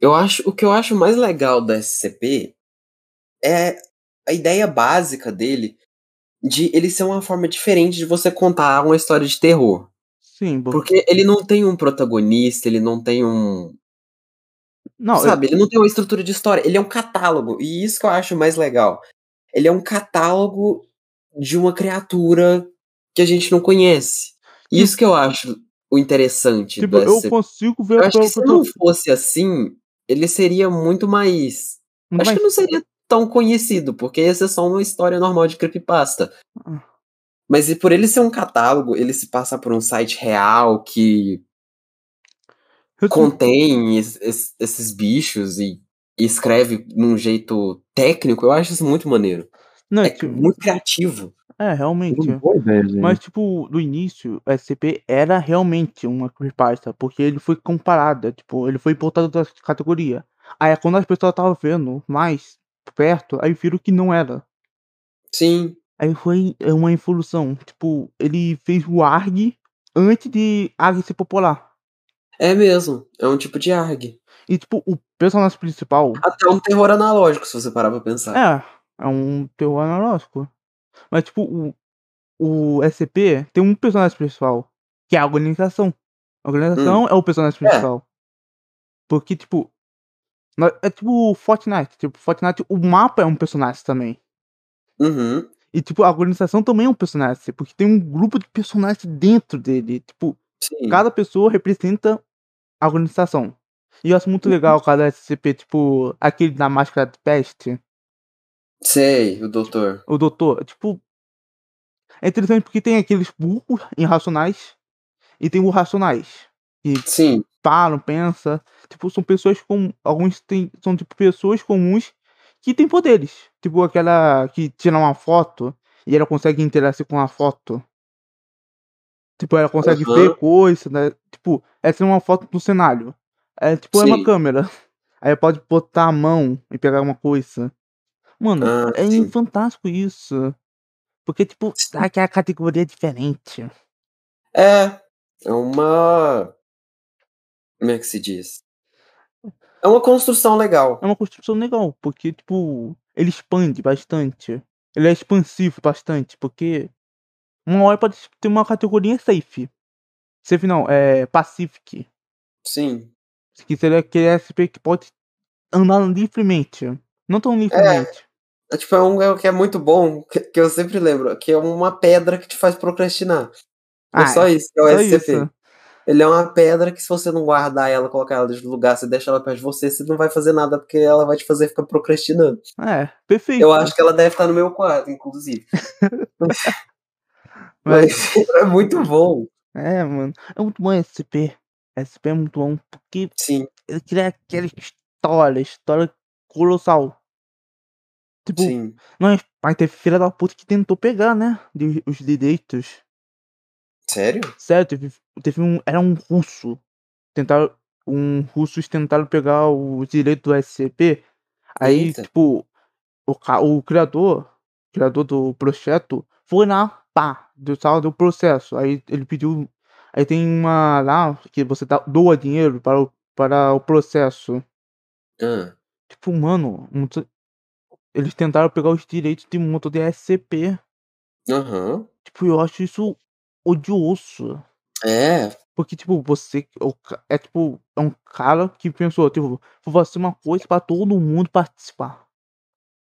S2: Eu acho, o que eu acho mais legal da SCP é a ideia básica dele de ele ser uma forma diferente de você contar uma história de terror.
S1: Sim, bo-
S2: Porque ele não tem um protagonista, ele não tem um.
S1: não, eu-
S2: sabe, ele não tem uma estrutura de história, ele é um catálogo. E isso que eu acho mais legal. Ele é um catálogo de uma criatura que a gente não conhece. Isso que eu acho o interessante
S1: tipo,
S2: do
S1: eu
S2: SCP.
S1: consigo ver
S2: Eu acho que se
S1: pelo-
S2: não fosse assim, ele seria muito mais.
S1: muito
S2: acho
S1: mais-
S2: que não seria tão conhecido, porque ia ser só uma história normal de creepypasta.
S1: Ah.
S2: Mas e por ele ser um catálogo, ele se passa por um site real que
S1: eu-
S2: contém es- es- esses bichos e, e escreve num jeito técnico, eu acho isso muito maneiro.
S1: não,
S2: É
S1: tipo,
S2: muito criativo.
S1: é, realmente.
S3: Boa ideia, gente.
S1: Mas, tipo, do início, o SCP era realmente uma creepypasta, porque ele foi comparado, tipo, ele foi importado da categoria. Aí, é quando as pessoas estavam vendo mais perto, aí viram que não era.
S2: Sim.
S1: Aí foi é, uma evolução. Tipo, ele fez o ARG antes de ARG ser popular.
S2: É mesmo, é um tipo de ARG.
S1: E, tipo, o personagem principal
S2: Até um terror analógico, se você parar pra pensar.
S1: É, é um terror analógico. Mas, tipo, o, o SCP tem um personagem principal, que é a organização. A organização é o personagem principal. Porque, tipo, na- é tipo Fortnite. Tipo, Fortnite, o mapa é um personagem também.
S2: Uhum.
S1: E, tipo, a organização também é um personagem, porque tem um grupo de personagens dentro dele. Tipo,
S2: Sim.
S1: cada pessoa representa a organização. E eu acho muito legal cada SCP, tipo, aquele da máscara de peste.
S2: Sei, o doutor.
S1: o doutor, tipo. É interessante porque tem aqueles burros irracionais e tem os racionais.
S2: Sim.
S1: Param, pensa. Tipo, são pessoas com. Alguns têm são tipo pessoas comuns que têm poderes. Tipo aquela que tira uma foto e ela consegue interagir com a foto. Tipo, ela consegue
S2: Aham.
S1: ver coisas, né? Tipo, ela tira uma foto do cenário. É tipo, é uma
S2: Sim.
S1: câmera. Aí pode botar a mão e pegar uma coisa. Mano,
S2: Ah,
S1: é
S2: sim.
S1: fantástico isso. Porque, tipo,
S2: Sim.
S1: dá aquela categoria diferente. É
S2: É. É uma. Como é que se diz? É uma construção legal.
S1: É uma construção legal, porque, tipo, ele expande bastante. Ele é expansivo bastante, porque uma hora pode ter uma categoria safe. Safe não, é Pacific.
S2: Sim.
S1: Que seria é aquele SP que pode andar livremente. Não tão livremente.
S2: É, tipo, é um é, o que é muito bom, que, que eu sempre lembro, que é uma pedra que te faz procrastinar.
S1: Ah,
S2: é só isso, é o
S1: só
S2: SCP.
S1: isso.
S2: Ele é uma pedra que se você não guardar ela, colocar ela no lugar, você deixa ela perto de você, você não vai fazer nada, porque ela vai te fazer ficar procrastinando.
S1: É, perfeito.
S2: Eu acho que ela deve estar no meu quarto, inclusive.
S1: Mas-
S2: Mas é muito bom.
S1: É, mano. É muito bom SP. SP é muito bom, porque
S2: Sim,
S1: ele cria aquela história, história colossal. Tipo,
S2: sim.
S1: Mas, mas teve filha da puta que tentou pegar, né? de- os direitos.
S2: Sério?
S1: Sério, teve, teve um. Era um russo. Tentaram. Um russos tentaram pegar o direito do SCP. Aí,
S2: Eita.
S1: tipo, o, ca- o criador, o criador do projeto, foi lá, pá, deu sala do processo. Aí ele pediu Aí tem uma lá que você dá- doa dinheiro para o, para o processo.
S2: Ah,
S1: Tipo, mano, um t- eles tentaram pegar os direitos de um montão de SCP.
S2: Aham.
S1: Tipo, eu acho isso odioso.
S2: É.
S1: Porque, tipo, você. o ca- É tipo, é um cara que pensou, tipo, vou fazer uma coisa pra todo mundo participar.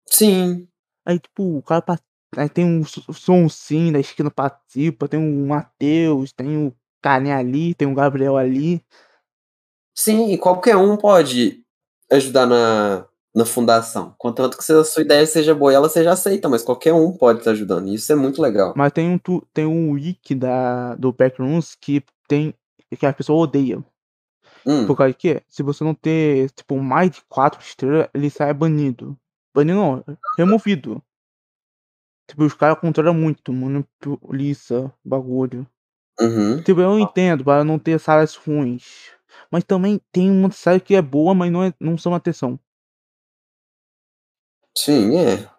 S2: Sim.
S1: Aí, tipo, o cara. par- Aí tem um S- Sonsim da esquina participa, tem o Matheus, tem o Carinha ali, tem o Gabriel ali.
S2: Sim, e qualquer um pode ajudar na, na fundação. Contanto que se a sua ideia seja boa e ela seja aceita, mas qualquer um pode estar ajudando. E isso é muito legal.
S1: Mas tem um, tu- tem um wiki da, do Backrooms que tem. que a pessoa odeia.
S2: Hum,
S1: Por causa que, se você não ter, tipo, mais de quatro estrelas, ele sai banido. Banido não, removido. Tipo, os caras controlam muito, monopoliza o bagulho.
S2: uhum.
S1: Tipo, eu entendo, para não ter salas ruins. Mas também tem uma sala que é boa, mas não, é, não chama atenção.
S2: Sim, é.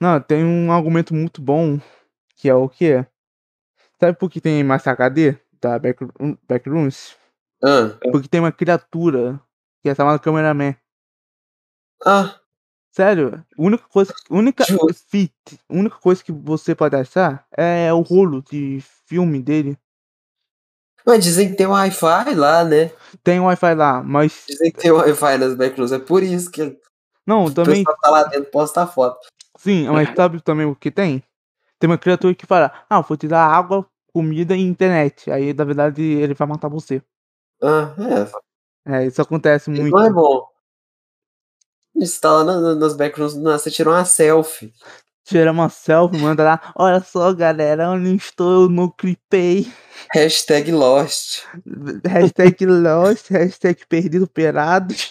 S1: Não, tem um argumento muito bom, que é o que é. Sabe por que tem mais HD da Back- hum, Backrooms?
S2: Ah,
S1: Porque tem uma criatura que é chamada Cameraman.
S2: ah
S1: Sério, a única coisa, a única
S2: Justo.
S1: fit, a única coisa que você pode achar é o rolo de filme dele.
S2: mas dizem que tem um Wi-Fi lá, né?
S1: Tem Wi-Fi lá, mas
S2: Dizem que tem um Wi-Fi nas backrooms. É por isso que o
S1: não, também
S2: pessoal que tá lá dentro posta foto.
S1: sim, mas sabe também o que tem? Tem uma criatura que fala: "Ah, vou te dar água, comida e internet". Aí na verdade ele vai matar você.
S2: Ah, é.
S1: É, isso acontece muito.
S2: Não é bom. Isso tá lá na- na- nas backrooms, na- você tirou uma selfie.
S1: Tira uma selfie, manda lá: "Olha só, galera, onde estou, eu não clipei".
S2: Hashtag Lost.
S1: Hashtag lost, hashtag perdido perados.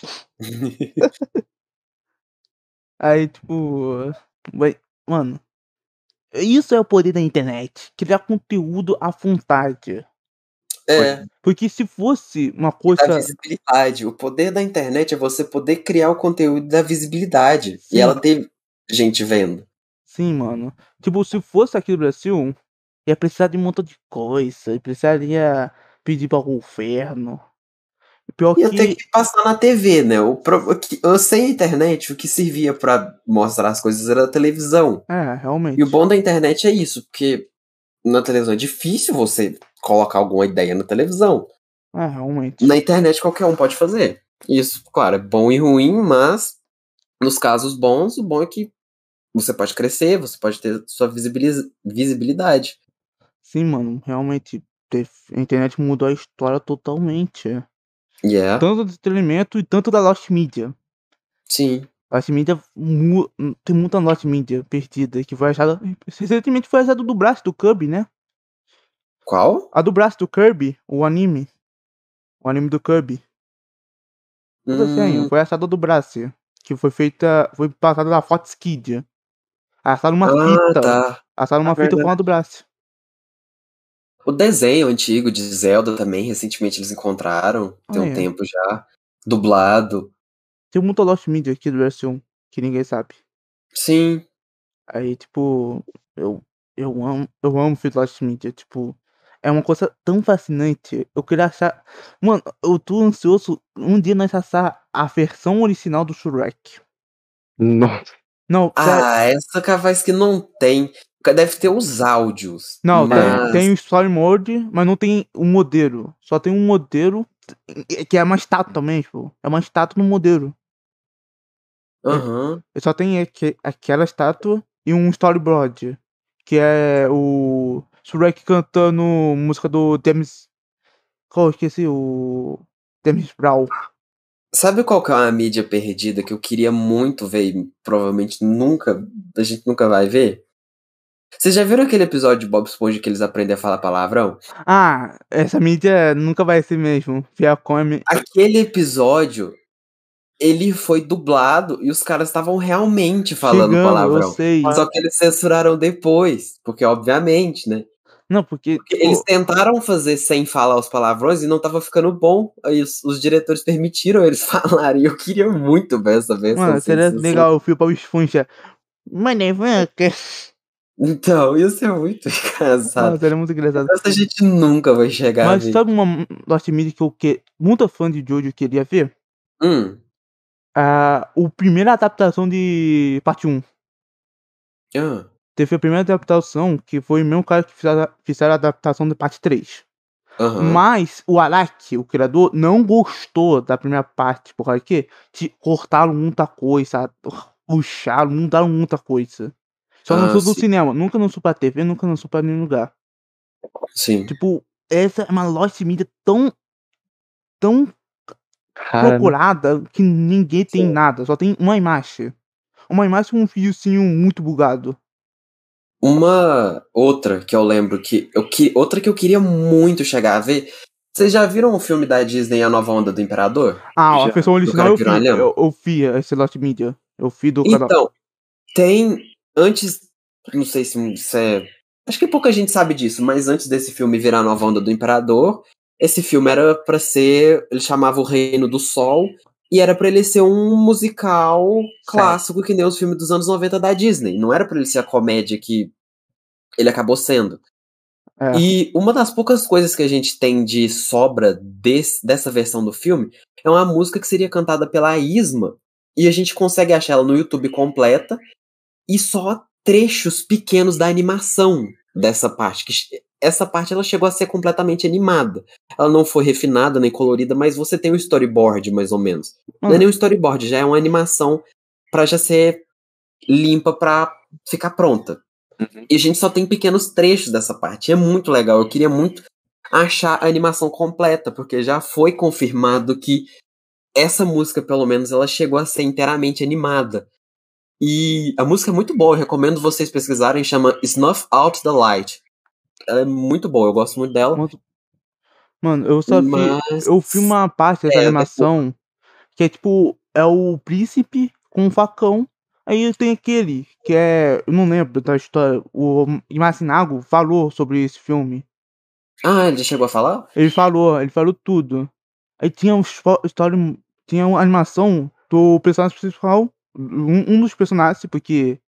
S1: Aí, tipo. vai- Mano. Isso é o poder da internet. Criar conteúdo à vontade.
S2: É,
S1: Porque se fosse uma
S2: da
S1: coisa.
S2: visibilidade. O poder da internet é você poder criar o conteúdo da visibilidade.
S1: Sim.
S2: E ela ter gente vendo.
S1: Sim, mano. Tipo, se fosse aqui no Brasil, ia precisar de um montão de coisa. Ia precisaria pedir para o governo. Pior
S2: E eu tenho
S1: que.
S2: que passar na TV, né? O pro- o que- Eu sem internet, o que servia pra mostrar as coisas era a televisão.
S1: É, realmente.
S2: E o bom da internet é isso, porque na televisão é difícil você colocar alguma ideia na televisão.
S1: É, realmente.
S2: Na internet qualquer um pode fazer. Isso, claro, é bom e ruim, mas nos casos bons, o bom é que você pode crescer, você pode ter sua visibiliz- visibilidade.
S1: Sim, mano. Realmente. te- A internet mudou a história totalmente. é.
S2: Yeah,
S1: Tanto do entretenimento e tanto da Lost Media.
S2: sim.
S1: Lost Media, mu- tem muita Lost Media perdida que foi achada. Recentemente foi achada do braço do Kirby, né?
S2: Qual?
S1: A do braço do Kirby, o anime. O anime do Kirby. O desenho
S2: Hum,
S1: foi achada do braço. Que foi feita. Foi passada da Fox Kid. Acharam uma
S2: ah,
S1: fita.
S2: tá.
S1: Acharam uma
S3: É
S1: fita com a do braço.
S2: O desenho antigo de Zelda também, recentemente eles encontraram, tem
S1: Ah,
S2: um
S1: é.
S2: tempo já, dublado.
S1: Tem muita Lost Media aqui do Brasil que ninguém sabe.
S2: Sim,
S1: Aí, tipo, eu, eu amo, eu amo Fate Lost Media, tipo, é uma coisa tão fascinante. Eu queria achar. Mano, eu tô ansioso um dia nós achar a versão original do Shrek.
S3: Nossa.
S1: Não, sério,
S2: Ah, essa capaz que não tem. Deve ter os áudios.
S1: não, tem-
S2: mas...
S1: tem o Story Mode, mas não tem o modelo. Só tem um modelo que- que é uma estátua mesmo. É uma estátua no modelo.
S2: Aham.
S1: Só tem aque- aquela estátua e um storyboard. Que é o Shrek cantando música do James. Qual? eu Esqueci o. James Brown.
S2: Sabe qual que é uma mídia perdida que eu queria muito ver e provavelmente nunca, a gente nunca vai ver? Vocês já viram aquele episódio de Bob Esponja que eles aprendem a falar palavrão?
S1: Ah, essa mídia nunca vai ser mesmo. Viacom é mi-
S2: Aquele episódio, ele foi dublado e os caras estavam realmente falando
S1: chegando, eu
S2: palavrão.
S1: sei.
S2: Só que eles censuraram depois, porque obviamente, né?
S1: Não, porque.
S2: Porque
S1: tipo,
S2: Eles tentaram fazer sem falar os palavrões e não tava ficando bom. Aí os, os diretores permitiram eles falarem. Eu queria muito ver essa versão.
S1: Mano,
S2: sem
S1: seria
S2: censura.
S1: é legal o filme pra Esponja. Mano,
S2: Então, isso é muito engraçado.
S1: Nossa, era muito engraçado.
S2: Essa gente nunca vai chegar
S1: Mas
S2: ali.
S1: sabe uma Lost Media que eu que... muito fã de Jojo queria ver?
S2: Hum.
S1: A o primeira adaptação de parte 1.
S2: Ah,
S1: Teve a primeira adaptação que foi o mesmo cara que fizeram, fizeram a adaptação da parte 3.
S2: aham.
S1: Mas o Araki, o criador, não gostou da primeira parte, por causa que te cortaram muita coisa, puxaram, mudaram muita coisa. Só
S2: Ah,
S1: lançou do
S2: sim.
S1: cinema, nunca lançou pra TV, nunca lançou pra nenhum lugar.
S2: Sim.
S1: Tipo, essa é uma Lost Media tão. tão
S3: Cara,
S1: procurada que ninguém tem
S2: Sim.
S1: nada, só tem uma imagem. Uma imagem com um fiozinho muito bugado.
S2: Uma outra que eu lembro que eu que outra que eu queria muito chegar a ver. Vocês já viram o filme da Disney A Nova Onda do Imperador?
S1: Ah, a
S3: Já,
S1: versão original
S2: cara
S1: eu vi,
S2: pirralhão.
S1: eu, eu vi esse Lost Media. Eu vi do canal.
S2: Então, tem antes, não sei se isso é, acho que pouca gente sabe disso, mas antes desse filme virar A Nova Onda do Imperador, esse filme era pra ser, ele chamava O Reino do Sol e era pra ele ser um musical clássico que nem os filmes dos anos 90 da Disney, não era pra ele ser a comédia que ele acabou sendo.
S1: É.
S2: E uma das poucas coisas que a gente tem de sobra desse- dessa versão do filme é uma música que seria cantada pela Isma. E a gente consegue achar ela no YouTube completa e só trechos pequenos da animação dessa parte. que che- essa parte ela chegou a ser completamente animada. Ela não foi refinada nem colorida, mas você tem o storyboard, mais ou menos. Não é
S1: Hum.
S2: nem um storyboard, já é uma animação pra já ser limpa pra ficar pronta. E a gente só tem pequenos trechos dessa parte. É muito legal. Eu queria muito achar a animação completa, porque já foi confirmado que essa música, pelo menos, ela chegou a ser inteiramente animada. E a música é muito boa, eu recomendo vocês pesquisarem, chama Snuff Out the Light. Ela é muito boa, eu gosto muito dela.
S1: Muito- Mano, eu só vi.
S2: mas...
S1: Eu vi uma parte dessa
S2: É, eu
S1: animação que é tipo. É o príncipe com um facão. Aí tem aquele que é. Eu não lembro da história. O Imaginago falou sobre esse filme.
S2: Ah, ele já chegou a falar?
S1: Ele falou, ele falou tudo. Aí tinha um spo- história, tinha uma animação do personagem principal, um, um dos personagens, porque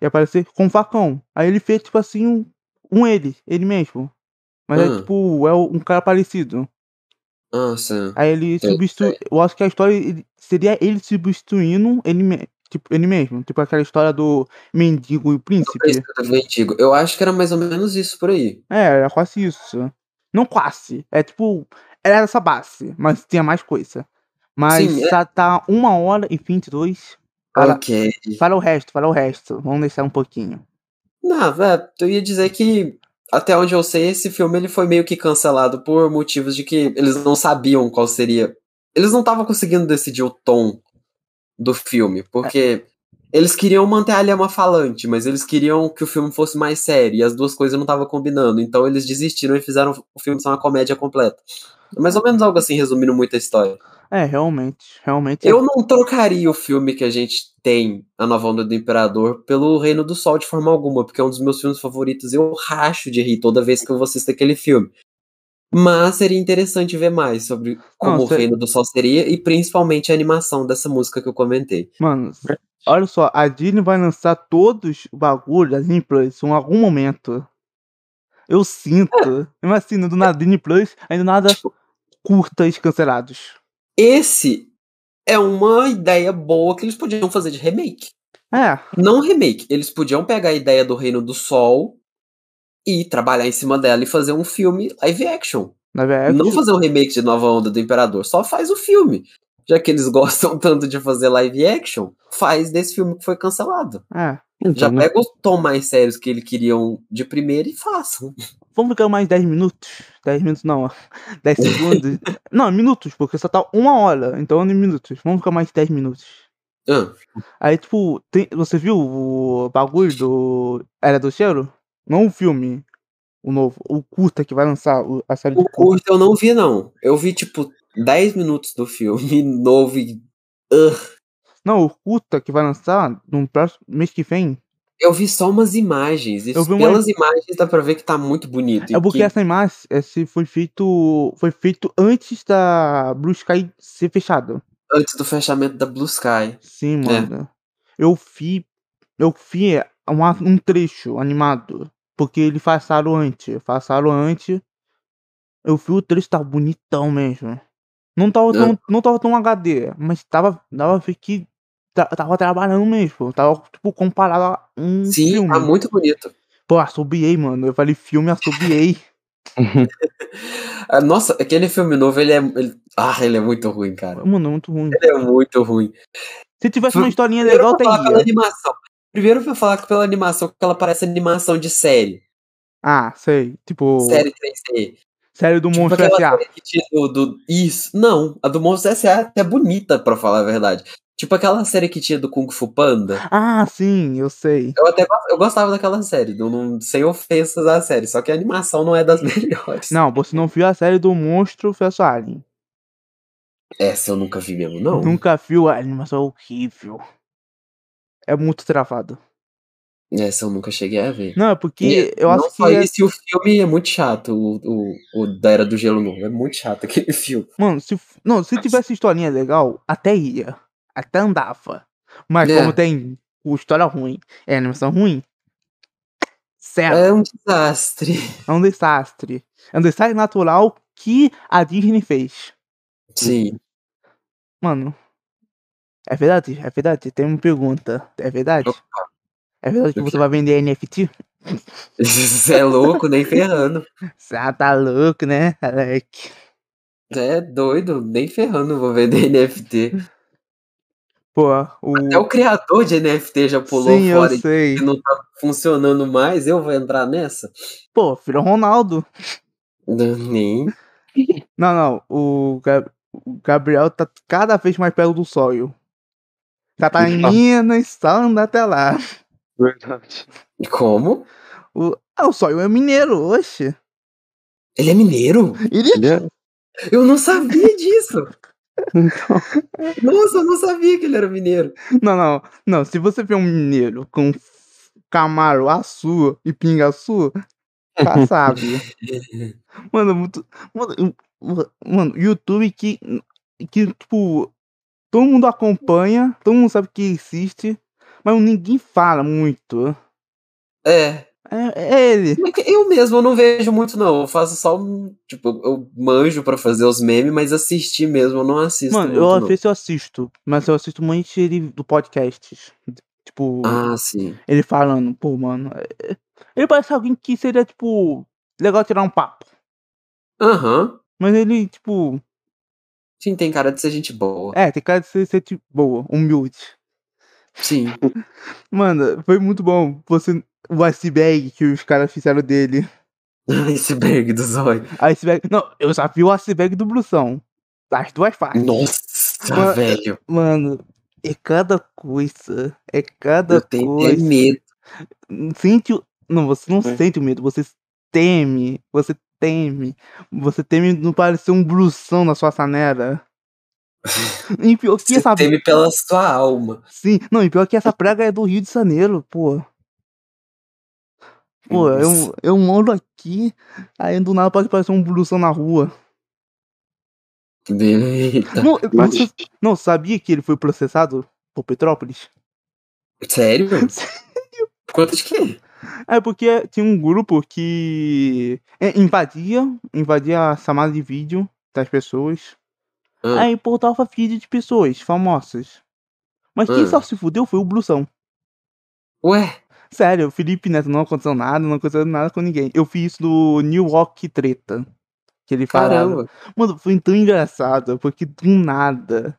S1: ia aparecer com um facão. Aí ele fez, tipo assim, um, um ele, ele mesmo. Mas é
S2: Ah.
S1: tipo, é o- um cara parecido.
S2: Ah, sim.
S1: Aí ele
S2: Sei,
S1: substitui. Eu acho que a história ele- seria ele substituindo ele, me- tipo, ele mesmo. Tipo aquela história do mendigo e o príncipe.
S2: Príncipe do Antigo. Eu acho que era mais ou menos isso por aí.
S1: É, era quase isso. Não quase. É tipo. Era essa base, mas tinha mais coisa. Mas
S2: Sim, é.
S1: já tá uma hora e 22. Fala,
S2: Ok.
S1: fala o resto, fala o resto. Vamos deixar um pouquinho.
S2: Não, velho, eu ia dizer que até onde eu sei, esse filme ele foi meio que cancelado por motivos de que eles não sabiam qual seria. Eles não estavam conseguindo decidir o tom do filme, porque eles queriam manter a lhama falante, mas eles queriam que o filme fosse mais sério, e as duas coisas não estavam combinando, então eles desistiram e fizeram o filme ser uma comédia completa. É Mais ou menos algo assim, resumindo muito a história.
S1: É, realmente, realmente.
S2: Eu não trocaria o filme que a gente tem, A Nova Onda do Imperador, pelo Reino do Sol de forma alguma, porque é um dos meus filmes favoritos. Eu racho de rir toda vez que eu vou assistir aquele filme. Mas seria interessante ver mais sobre como
S1: Nossa,
S2: o Reino do Sol seria e principalmente a animação dessa música que eu comentei.
S1: Mano, olha só, a Disney vai lançar todos os bagulhos, as Disney Plus, em algum momento. Eu sinto. Imagina, do nada Disney Plus, ainda nada
S2: É. Tipo,
S1: curtas cancelados.
S2: esse é uma ideia boa que eles podiam fazer de remake.
S1: É,
S2: Não remake, eles podiam pegar a ideia do Reino do Sol e trabalhar em cima dela e fazer um filme live action.
S1: na verdade.
S2: não fazer um remake de Nova Onda do Imperador, só faz o filme. Já que eles gostam tanto de fazer live action, faz desse filme que foi cancelado.
S1: É.
S2: Já
S3: então, né?
S2: pega os tom mais sérios que eles queriam de primeiro e façam.
S1: Vamos ficar mais 10 minutos? 10 minutos não, ó. 10 segundos. não, minutos, porque só tá uma hora, então em minutos. Vamos ficar mais 10 minutos.
S2: Ah,
S1: Aí, tipo, tem- você viu o bagulho do Era do Cheiro? Não o filme, o novo, o curta que vai lançar o- a série
S2: o
S1: de curta.
S2: curto eu não vi, não. Eu vi, tipo, 10 minutos do filme novo e. Ugh.
S1: Não, o curta que vai lançar no próximo mês que vem.
S2: Eu vi só umas imagens. E
S1: Eu vi uma-
S2: pelas imagens dá pra ver que tá muito bonito. e
S1: É porque
S2: que-
S1: essa imagem esse foi feito foi feito antes da Blue Sky ser fechada.
S2: Antes do fechamento da Blue Sky.
S1: Sim,
S2: É.
S1: mano. Eu vi. Eu vi um, a- um trecho animado. Porque ele passaram antes. Passaram antes. Eu vi o trecho, tava bonitão mesmo. Não
S2: É.
S1: tava tão, não tava tão HD, mas tava, dava pra ver que ta- tava trabalhando mesmo. Tava, tipo, comparado a um
S2: Sim,
S1: filme.
S2: tá muito bonito.
S1: Pô, assobiei, mano. Eu falei filme, assobiei.
S2: Ah, Nossa, aquele filme novo, ele é. ele- Ah, ele é muito ruim, cara.
S1: Mano, é muito ruim.
S2: Ele é muito ruim.
S1: Se tivesse uma historinha
S2: Primeiro
S1: legal,
S2: pra falar pela
S1: teria.
S2: animação. Primeiro pra falar que pela animação, que ela parece animação de série.
S1: Ah, sei. Tipo,
S2: Série 3D.
S1: série do
S2: Tipo
S1: Monstro
S2: aquela
S1: S.A.
S2: série que tinha do, do- Isso. Não, a do Monstro S.A. é até bonita, pra falar a verdade. Tipo aquela série que tinha do Kung Fu Panda.
S1: Ah, sim, eu sei.
S2: Eu até go- eu gostava daquela série, não, não- sem ofensas à série, só que a animação não é das melhores.
S1: Não, você não viu a série do Monstro vs Alien.
S2: Essa eu nunca vi mesmo, não.
S1: Nunca viu a animação é horrível. É muito travado.
S2: Essa eu nunca cheguei a ver.
S1: Não, é porque
S2: E
S1: eu
S2: não
S1: acho que.
S2: só
S1: é-
S2: isso, e o filme é muito chato, o, o, o da Era do Gelo Novo. É muito chato aquele filme.
S1: Mano, se, f- não, se tivesse historinha legal, até ia. Até andava. Mas
S2: É.
S1: como tem o história ruim é animação ruim. Certo,
S2: É um desastre.
S1: é um desastre. É um desastre natural que a Disney fez.
S2: Sim.
S1: Mano. É verdade, é verdade. Tem uma pergunta. É verdade? É verdade que
S2: O
S1: você vai vender NFT?
S2: Você é louco, nem ferrando.
S1: Você tá louco, né, Alec?
S2: Você é doido, nem ferrando vou vender NFT.
S1: Pô, o.
S2: Até o criador de NFT já pulou
S1: Sim,
S2: fora
S1: eu
S2: e
S1: sei.
S2: que não tá funcionando mais. Eu vou entrar nessa?
S1: Pô, filho Ronaldo.
S2: Não, Nem.
S1: Não, não. O, Gab- o Gabriel tá cada vez mais perto do sonho. Já tá em
S3: Ah.
S1: Minas, só anda até lá.
S3: Verdade.
S2: Como?
S1: Ah, o sonho é mineiro, oxe.
S2: Ele é mineiro?
S1: Ele
S3: Ele é-
S2: Eu não sabia disso.
S3: Então,
S2: Nossa, eu não sabia que ele era mineiro.
S1: Não, não, não. Se você vê um mineiro com f- Camaro, Açu e Pingaçu, já sabe. Mano, muito. Mano, eu- mano, YouTube que. Que, tipo. Todo mundo acompanha, todo mundo sabe que existe, mas ninguém fala muito.
S2: É.
S1: É, é ele.
S2: Mas que- Eu mesmo eu não vejo muito, não. Eu faço só um. Tipo, eu- eu manjo pra fazer os memes, mas assistir mesmo, eu não assisto.
S1: Mano,
S2: é muito,
S1: eu
S2: não.
S1: às vezes eu assisto, mas eu assisto muito ele do podcast. Tipo,
S2: Ah, sim.
S1: ele falando, pô, mano. é- é- Ele parece alguém que seria, tipo, legal tirar um papo.
S2: Aham.
S1: Mas ele, tipo,
S2: Sim, tem cara de ser gente boa.
S1: é, tem cara de ser, ser tipo, boa, humilde.
S2: Sim.
S1: Mano, foi muito bom você. O iceberg que os caras fizeram dele.
S2: Iceberg do zóio.
S1: Iceberg. Não, eu já vi o iceberg do Brução. Das duas partes.
S2: Nossa,
S1: Mas-
S2: velho.
S1: Mano, é cada coisa. É cada
S2: Eu tenho até
S1: coisa.
S2: medo.
S1: Sente o. Não, você não
S3: É.
S1: sente o medo, você teme. Você teme. Você teme não parecer um brução na sua sanera. e pior que
S2: Você
S1: essa.
S2: teme pela sua alma.
S1: Sim, não, e pior que essa praga é do Rio de Janeiro, pô. Pô,
S2: Nossa.
S1: eu, eu moro aqui, aí do nada pode parecer um brução na rua.
S2: Eita.
S1: Não, eu-
S3: mas-
S1: você- não, sabia que ele foi processado por Petrópolis?
S2: Sério? Quanto de quê?
S1: É porque tinha um grupo que é, invadia, invadia a chamada de vídeo das pessoas.
S2: Ah.
S1: Aí portava vídeo de pessoas famosas. Mas quem
S2: Ah.
S1: só se fudeu foi o Blusão.
S2: Ué?
S1: Sério, Felipe Neto não aconteceu nada, não aconteceu nada com ninguém. Eu fiz isso do New York Treta. Que ele falava.
S2: Caramba.
S1: Mano, foi tão engraçado, porque do nada,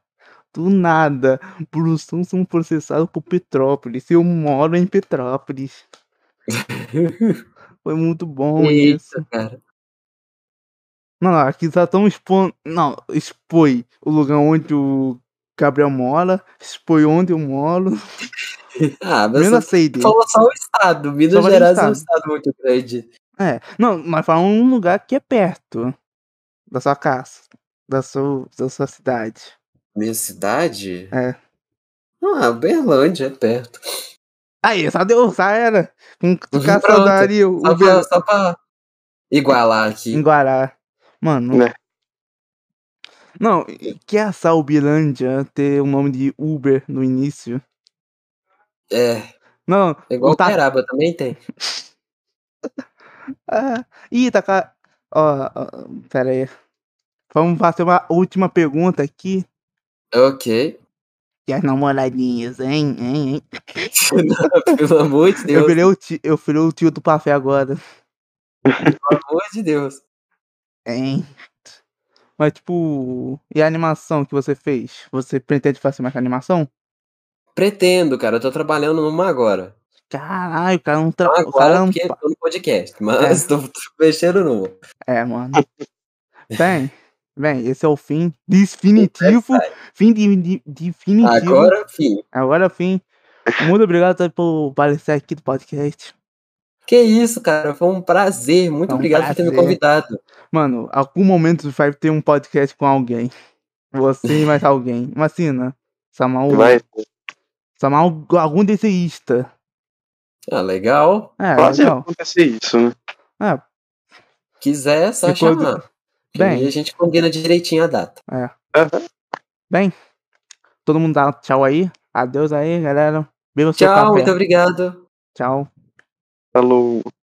S1: do nada, Brusão são processados por Petrópolis. Eu moro em Petrópolis. Foi muito bom
S2: Eita,
S1: isso.
S2: cara.
S1: Não, não, aqui já estão expondo. Não, expõe o lugar onde o Gabriel mora, expõe onde eu moro.
S2: Ah, mas
S1: Menos a Seide.
S2: Fala só o estado.
S1: Só
S2: Minas
S1: vai
S2: Gerais é
S1: estado.
S2: um estado muito grande.
S1: É, não, mas fala um lugar que é perto da sua casa, da sua, da sua cidade.
S2: Minha cidade?
S1: É.
S2: Ah, Berlândia é perto.
S1: Aí, só deu, já era. Com
S2: Uhum,
S1: caçadaria, o
S2: Só assim. pra, só pra igualar
S1: em
S2: aqui.
S1: Guará. Mano.
S3: Né.
S1: Não, e que essa Uberlândia ter o nome de Uber no início?
S2: É.
S1: Não,
S2: É igual
S1: Não tá-
S2: Uberaba, também tem.
S1: ah, ih, tá ca- Ó, ó, pera aí. Vamos fazer uma última pergunta aqui.
S2: Ok.
S1: E as namoradinhas, hein? hein, hein?
S2: Pelo amor de
S1: Eu
S2: Deus.
S1: virei, o tio, eu virei o tio do café agora,
S2: Pelo amor de Deus.
S1: hein? Mas, tipo, e a animação que você fez? Você pretende fazer mais animação?
S2: Pretendo, cara. Eu tô trabalhando numa agora.
S1: Caralho, o cara não tra...
S2: Não
S1: o cara é um
S2: agora,
S1: não
S2: porque tô no podcast. Mas tô, tô mexendo numa.
S1: É, mano. Bem, bem, esse é o fim definitivo. Fim de, de- definitivo. Agora,
S2: Agora, filho.
S1: é o fim. Muito obrigado tá, por aparecer aqui do podcast.
S2: Que isso, cara. Foi um prazer. Muito
S1: Foi um
S2: obrigado por ter me
S1: prazer.
S2: convidado.
S1: Mano, algum momento vai ter um podcast com alguém. Você e mais alguém. Imagina. Samar, o-
S3: Vai,
S1: Samar o- algum deseísta.
S2: Ah, legal.
S1: É,
S3: quase
S1: legal.
S3: acontecer isso, né?
S2: Quiser, é só
S1: Ficou do-
S2: chamar.
S1: Bem.
S2: E a gente combina direitinho a data.
S1: Todo mundo dá tchau aí. Adeus aí, galera. Beba seu
S2: Tchau,
S1: café.
S2: muito obrigado.
S3: Tá
S1: Tchau.
S3: Falou.